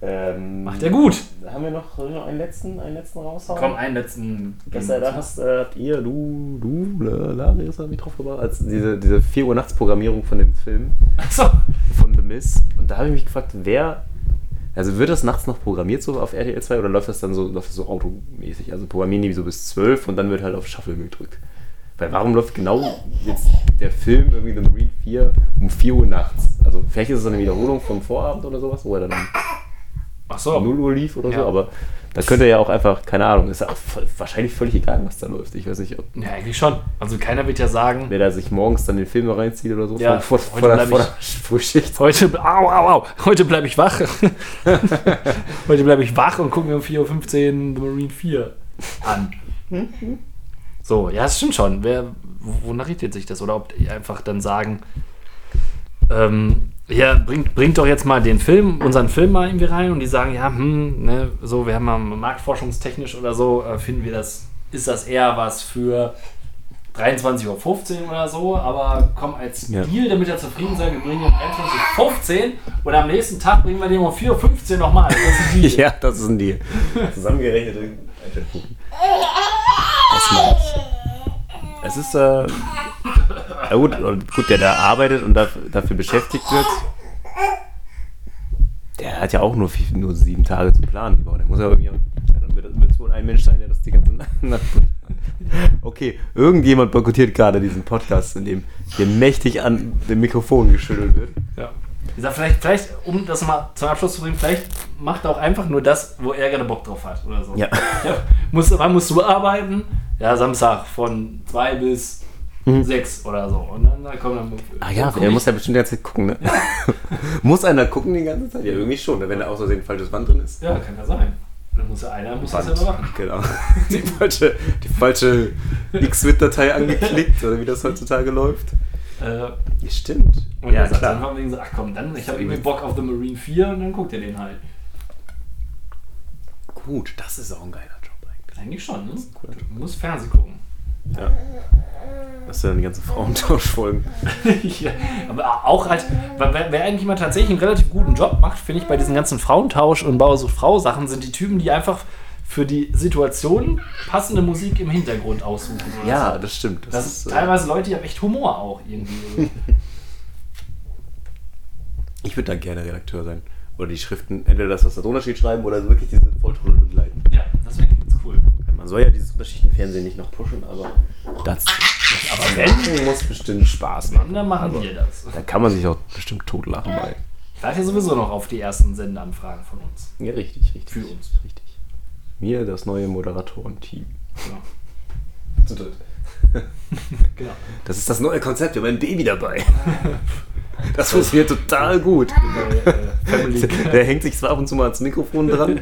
Speaker 1: Ähm,
Speaker 2: Macht er gut.
Speaker 1: Haben wir noch, haben wir noch einen letzten, einen letzten raushauen?
Speaker 2: einen letzten.
Speaker 1: Das sei da hast, äh, habt ihr, du, du, äh, Larius hat mich drauf gebracht. Als diese, diese 4 Uhr nachts Programmierung von dem Film,
Speaker 2: Achso.
Speaker 1: von The Miss. Und da habe ich mich gefragt, wer. Also wird das nachts noch programmiert so auf RTL 2 oder läuft das dann so, läuft das so automäßig? Also programmieren die so bis 12 und dann wird halt auf Shuffle gedrückt. Weil warum läuft genau jetzt der Film irgendwie The Marine 4 um 4 Uhr nachts? Also vielleicht ist es dann eine Wiederholung vom Vorabend oder sowas, wo er dann um
Speaker 2: Achso.
Speaker 1: 0 Uhr lief oder
Speaker 2: Ja.
Speaker 1: so, aber da könnte ja auch einfach, keine Ahnung, ist ja auch voll, wahrscheinlich völlig egal, was da läuft. Ich weiß nicht, ob
Speaker 2: Ja, eigentlich schon. Also keiner wird ja sagen,
Speaker 1: wer da sich morgens dann den Film noch reinzieht oder so,
Speaker 2: Ja,
Speaker 1: vor,
Speaker 2: heute
Speaker 1: vor, vor, der,
Speaker 2: bleib
Speaker 1: vor
Speaker 2: ich-
Speaker 1: der Frühschicht. <laughs>
Speaker 2: Heute, au, au, au, heute bleibe ich wach. <laughs> heute bleibe ich wach und gucke mir um 4.15 Uhr The Marine 4 an. So, ja, das stimmt schon. Wer, wo- wonach richtet sich das? Oder ob die einfach dann sagen, ähm, ja, bringt, bringt doch jetzt mal den Film, unseren Film mal irgendwie rein und die sagen, ja, hm, ne, so, wir haben mal marktforschungstechnisch oder so, äh, finden wir das, ist das eher was für 23.15 Uhr oder so, aber komm als
Speaker 1: Ja.
Speaker 2: Deal, damit er zufrieden sein, wir bringen ihn um 23.15 Uhr und am nächsten Tag bringen wir den um 4.15 Uhr nochmal. Das ist ein Deal.
Speaker 1: <laughs> Ja, das ist ein Deal. Zusammengerechnet. Das mag ich. Es ist, äh, ja gut, und gut, der da arbeitet und da, dafür beschäftigt wird, der hat ja auch nur, vier, nur sieben Tage zu planen. die Woche. Der muss ja irgendwie, ja, dann wird, wird wohl ein Mensch sein, der das die ganze Nacht... Okay, irgendjemand boykottiert gerade diesen Podcast, in dem hier mächtig an dem Mikrofon geschüttelt wird.
Speaker 2: Ja. Wie gesagt, vielleicht, vielleicht, um das mal zum Abschluss zu bringen, vielleicht macht er auch einfach nur das, wo er gerade Bock drauf hat oder so.
Speaker 1: Ja.
Speaker 2: <laughs> Ja, musst, wann musst du arbeiten? Ja, Samstag von 2 bis 6 oder so. Und dann, dann kommt dann.
Speaker 1: Mhm. Ah ja,
Speaker 2: guck
Speaker 1: er
Speaker 2: ich-
Speaker 1: muss ja bestimmt die ganze Zeit <laughs> gucken, ne? muss einer gucken die ganze Zeit? Ja, irgendwie schon, ne? wenn da aus Versehen ein falsches Wand drin ist.
Speaker 2: ja, kann ja sein. Dann muss ja einer muss das ja machen.
Speaker 1: Genau. <laughs> Die falsche, die falsche X-Wit-Datei angeklickt, oder wie das heutzutage läuft.
Speaker 2: Äh,
Speaker 1: Ja, stimmt.
Speaker 2: und
Speaker 1: ja,
Speaker 2: dann sagt er
Speaker 1: klar.
Speaker 2: einfach wegen so, ach komm, dann, ich habe irgendwie Bock auf The Marine 4 und dann guckt er den halt.
Speaker 1: Gut, das ist auch ein geiler Job eigentlich.
Speaker 2: Eigentlich schon, ne?
Speaker 1: cool.
Speaker 2: Du musst Fernsehen gucken.
Speaker 1: Das sind dann die ganzen Frauentauschfolgen.
Speaker 2: <laughs> ja, aber auch halt, weil wer, wer eigentlich mal tatsächlich einen relativ guten Job macht, finde ich, bei diesen ganzen Frauentausch und Bauer sucht Frau Sachen, sind die Typen, die einfach für die Situation passende Musik im Hintergrund aussuchen. oder
Speaker 1: Ja,
Speaker 2: so.
Speaker 1: das stimmt.
Speaker 2: das sind
Speaker 1: äh,
Speaker 2: teilweise Leute, die haben echt Humor auch irgendwie. <laughs>
Speaker 1: ich würde da gerne Redakteur sein. Oder die Schriften, entweder das, was da drunter steht, schreiben oder so wirklich diese Volltrolle begleiten.
Speaker 2: ja, das wäre ganz cool.
Speaker 1: Man soll ja dieses Unterschichtenfernsehen nicht noch pushen, aber das,
Speaker 2: Aber wenn,
Speaker 1: muss bestimmt Spaß machen.
Speaker 2: dann machen
Speaker 1: Also,
Speaker 2: wir das.
Speaker 1: Da kann man sich auch bestimmt totlachen bei.
Speaker 2: Vielleicht ja sowieso noch auf die ersten Sendeanfragen von uns.
Speaker 1: Ja, richtig, richtig.
Speaker 2: Für uns.
Speaker 1: Richtig. Wir, das neue Moderatorenteam.
Speaker 2: Genau.
Speaker 1: Zu dritt.
Speaker 2: genau. <laughs>
Speaker 1: Das ist das neue Konzept, wir haben ein Baby <laughs> dabei. Das funktioniert total gut.
Speaker 2: Äh, äh, Family.
Speaker 1: <laughs> Der hängt sich zwar ab und zu mal ans Mikrofon <laughs> dran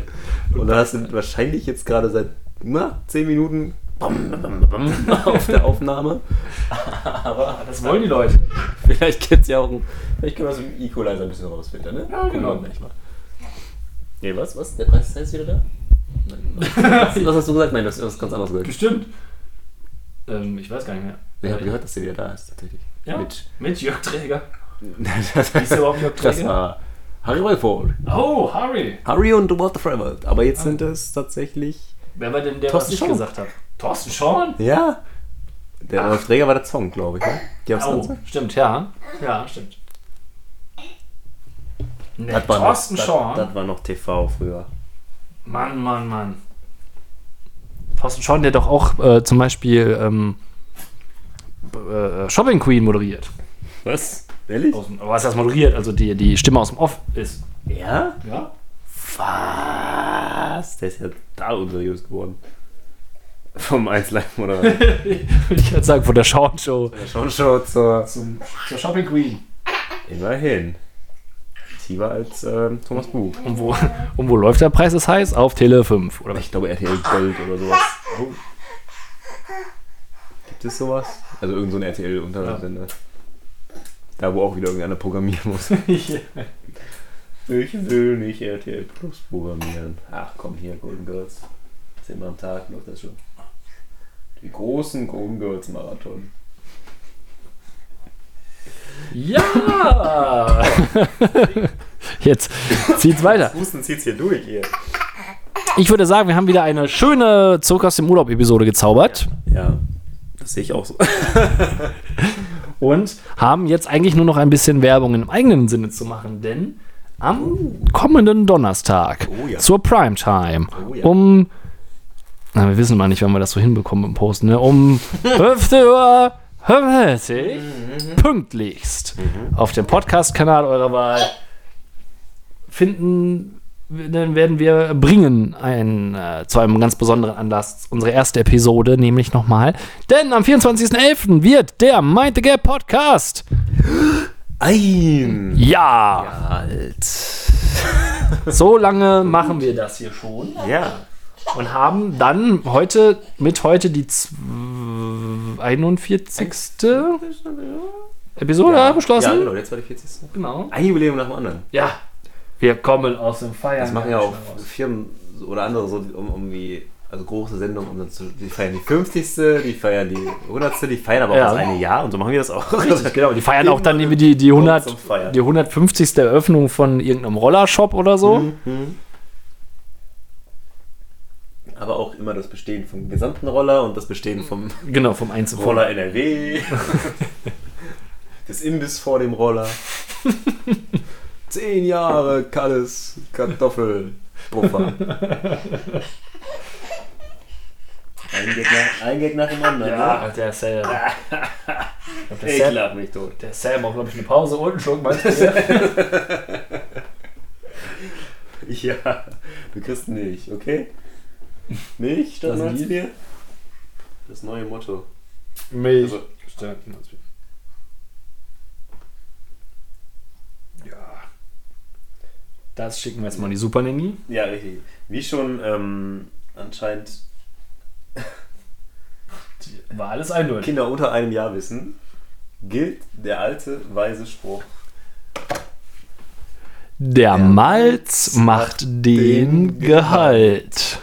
Speaker 1: und dann hast du wahrscheinlich jetzt gerade seit na, 10 Minuten bam, bam, bam, bam, auf der <laughs> Aufnahme.
Speaker 2: Aber Ah, das wollen
Speaker 1: <laughs>
Speaker 2: die Leute.
Speaker 1: Vielleicht gibt's ja auch ein. Vielleicht können wir so mit Equalizer ein bisschen rausfiltern, ne? Ja,
Speaker 2: genau.
Speaker 1: Gleich mal. Nee, was? Was? Der Preis ist jetzt wieder da? Nein, was, was hast du gesagt? Nein, das ist was ganz anderes gehört.
Speaker 2: Bestimmt. Ähm, ich weiß gar nicht mehr.
Speaker 1: Ich habe gehört, dass der wieder da ist, tatsächlich.
Speaker 2: Ja,
Speaker 1: Mit.
Speaker 2: mit, mit Jörg Träger.
Speaker 1: das,
Speaker 2: Ist überhaupt Jörg
Speaker 1: <laughs> das
Speaker 2: Träger?
Speaker 1: war Harry Walford.
Speaker 2: Oh, Harry.
Speaker 1: Harry und Walter Fremont. Aber jetzt sind es tatsächlich.
Speaker 2: Wer war denn der,
Speaker 1: Thorsten
Speaker 2: was ich
Speaker 1: Schorn.
Speaker 2: gesagt habe? Thorsten Schorn?
Speaker 1: Ja. Der Ralf Träger war der Song, glaube ich. Ne? Die haben's
Speaker 2: Oh,
Speaker 1: ganz-
Speaker 2: stimmt, ja. Ja, stimmt. Nee,
Speaker 1: Das war noch-
Speaker 2: Thorsten
Speaker 1: das-
Speaker 2: Schorn.
Speaker 1: Das war noch TV früher.
Speaker 2: Mann, Mann, Mann. Thorsten Schorn, der doch auch äh, zum Beispiel ähm, b- äh, Shopping Queen moderiert.
Speaker 1: Was? Ehrlich?
Speaker 2: Aus dem, was heißt moderiert? Also die, die Stimme aus dem Off ist.
Speaker 1: Ja?
Speaker 2: Ja?
Speaker 1: Was? Der ist ja da unseriös geworden. Vom 1 Live <laughs> Moderator.
Speaker 2: <laughs> Würde ich halt sagen, von der Schorn-Show.
Speaker 1: Schon schon zur.
Speaker 2: Zum, zur Shopping Queen.
Speaker 1: Immerhin. Tiefer als ähm, Thomas Buch.
Speaker 2: Und wo, <laughs> und wo läuft der Preis ist heiß? Auf Tele 5. Oder was?
Speaker 1: Ich glaube RTL Gold oder sowas. Oh. Gibt es sowas? Also irgend so ein RTL Unterlandssender. Da wo auch wieder irgendeiner programmieren <laughs> muss. Ich will nicht RTL Plus programmieren. Ach komm hier, Golden Girls. Zehnmal am Tag läuft das schon. Die großen Golden Girls Marathon.
Speaker 2: ja! <laughs> Jetzt zieht's weiter.
Speaker 1: Husten zieht's hier durch hier.
Speaker 2: Ich würde sagen, wir haben wieder eine schöne Zurück aus dem Urlaub-Episode gezaubert.
Speaker 1: Ja, das sehe ich auch so.
Speaker 2: und haben jetzt eigentlich nur noch ein bisschen Werbung im eigenen Sinne zu machen, denn am kommenden Donnerstag
Speaker 1: Oh ja.
Speaker 2: zur Primetime
Speaker 1: Oh ja.
Speaker 2: um na, wir wissen mal nicht, wann wir das so hinbekommen im Posten, ne? Um 5 Uhr 35 eh?
Speaker 1: Mhm,
Speaker 2: pünktlichst auf dem Podcast-Kanal eurer Wahl finden, dann werden wir bringen ein, äh, zu einem ganz besonderen Anlass unsere erste Episode, nämlich nochmal. Denn am 24.11. wird der Mind the Gap Podcast.
Speaker 1: Ein
Speaker 2: Ja,
Speaker 1: alt.
Speaker 2: so lange machen wir das hier schon
Speaker 1: Ja.
Speaker 2: und haben dann heute mit heute die zw- 41. Episode beschlossen.
Speaker 1: Ja,
Speaker 2: genau.
Speaker 1: genau, jetzt war die 40. Ein Jubiläum nach dem anderen.
Speaker 2: Ja, wir kommen aus dem Feiern.
Speaker 1: Das machen ja auch Firmen oder andere so, um, um die, also große Sendungen, um dann zu, die feiern die 50. Die feiern die 100. Die feiern aber auch
Speaker 2: Ja.
Speaker 1: das eine Jahr und so machen wir das auch.
Speaker 2: <laughs> Richtig, genau. Die feiern auch dann irgendwie die, die,
Speaker 1: Kommt
Speaker 2: 100,
Speaker 1: zum Feiern.
Speaker 2: die 150. Eröffnung von irgendeinem Rollershop oder so.
Speaker 1: Mhm. Aber auch immer das Bestehen vom gesamten Roller und das Bestehen vom
Speaker 2: Genau, vom Einzelnen.
Speaker 1: Roller
Speaker 2: <laughs>
Speaker 1: NRW. das Imbiss vor dem Roller. Zehn Jahre Kalles
Speaker 2: <laughs>
Speaker 1: Kartoffelpuffer. Ein geht, nach, ein geht nach dem anderen.
Speaker 2: Ja,
Speaker 1: ne? <laughs>
Speaker 2: der Sam. Ich glaub, der,
Speaker 1: Ich
Speaker 2: Sam
Speaker 1: lach mich tot.
Speaker 2: der Sam braucht, glaube ich, eine Pause und einen Schluck, meinst du?
Speaker 1: <laughs> Ja, du kriegst Milch, okay? Milch statt
Speaker 2: Das Lied?
Speaker 1: Malzbier? Das neue Motto.
Speaker 2: Milch.
Speaker 1: Also-
Speaker 2: Ja. Das schicken wir jetzt mal in die Super Nanny.
Speaker 1: Ja, richtig. Wie schon ähm, anscheinend
Speaker 2: War alles eindeutig.
Speaker 1: Kinder unter einem Jahr wissen, gilt der alte weise Spruch.
Speaker 2: Der Malz macht den
Speaker 1: den
Speaker 2: Gehalt.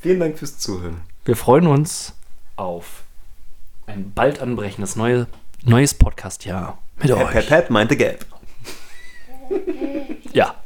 Speaker 1: Vielen Dank fürs Zuhören.
Speaker 2: Wir freuen uns auf ein bald anbrechendes neue, neues Podcast-Jahr mit euch.
Speaker 1: Pep, Pep meinte Gelb.
Speaker 2: Ja.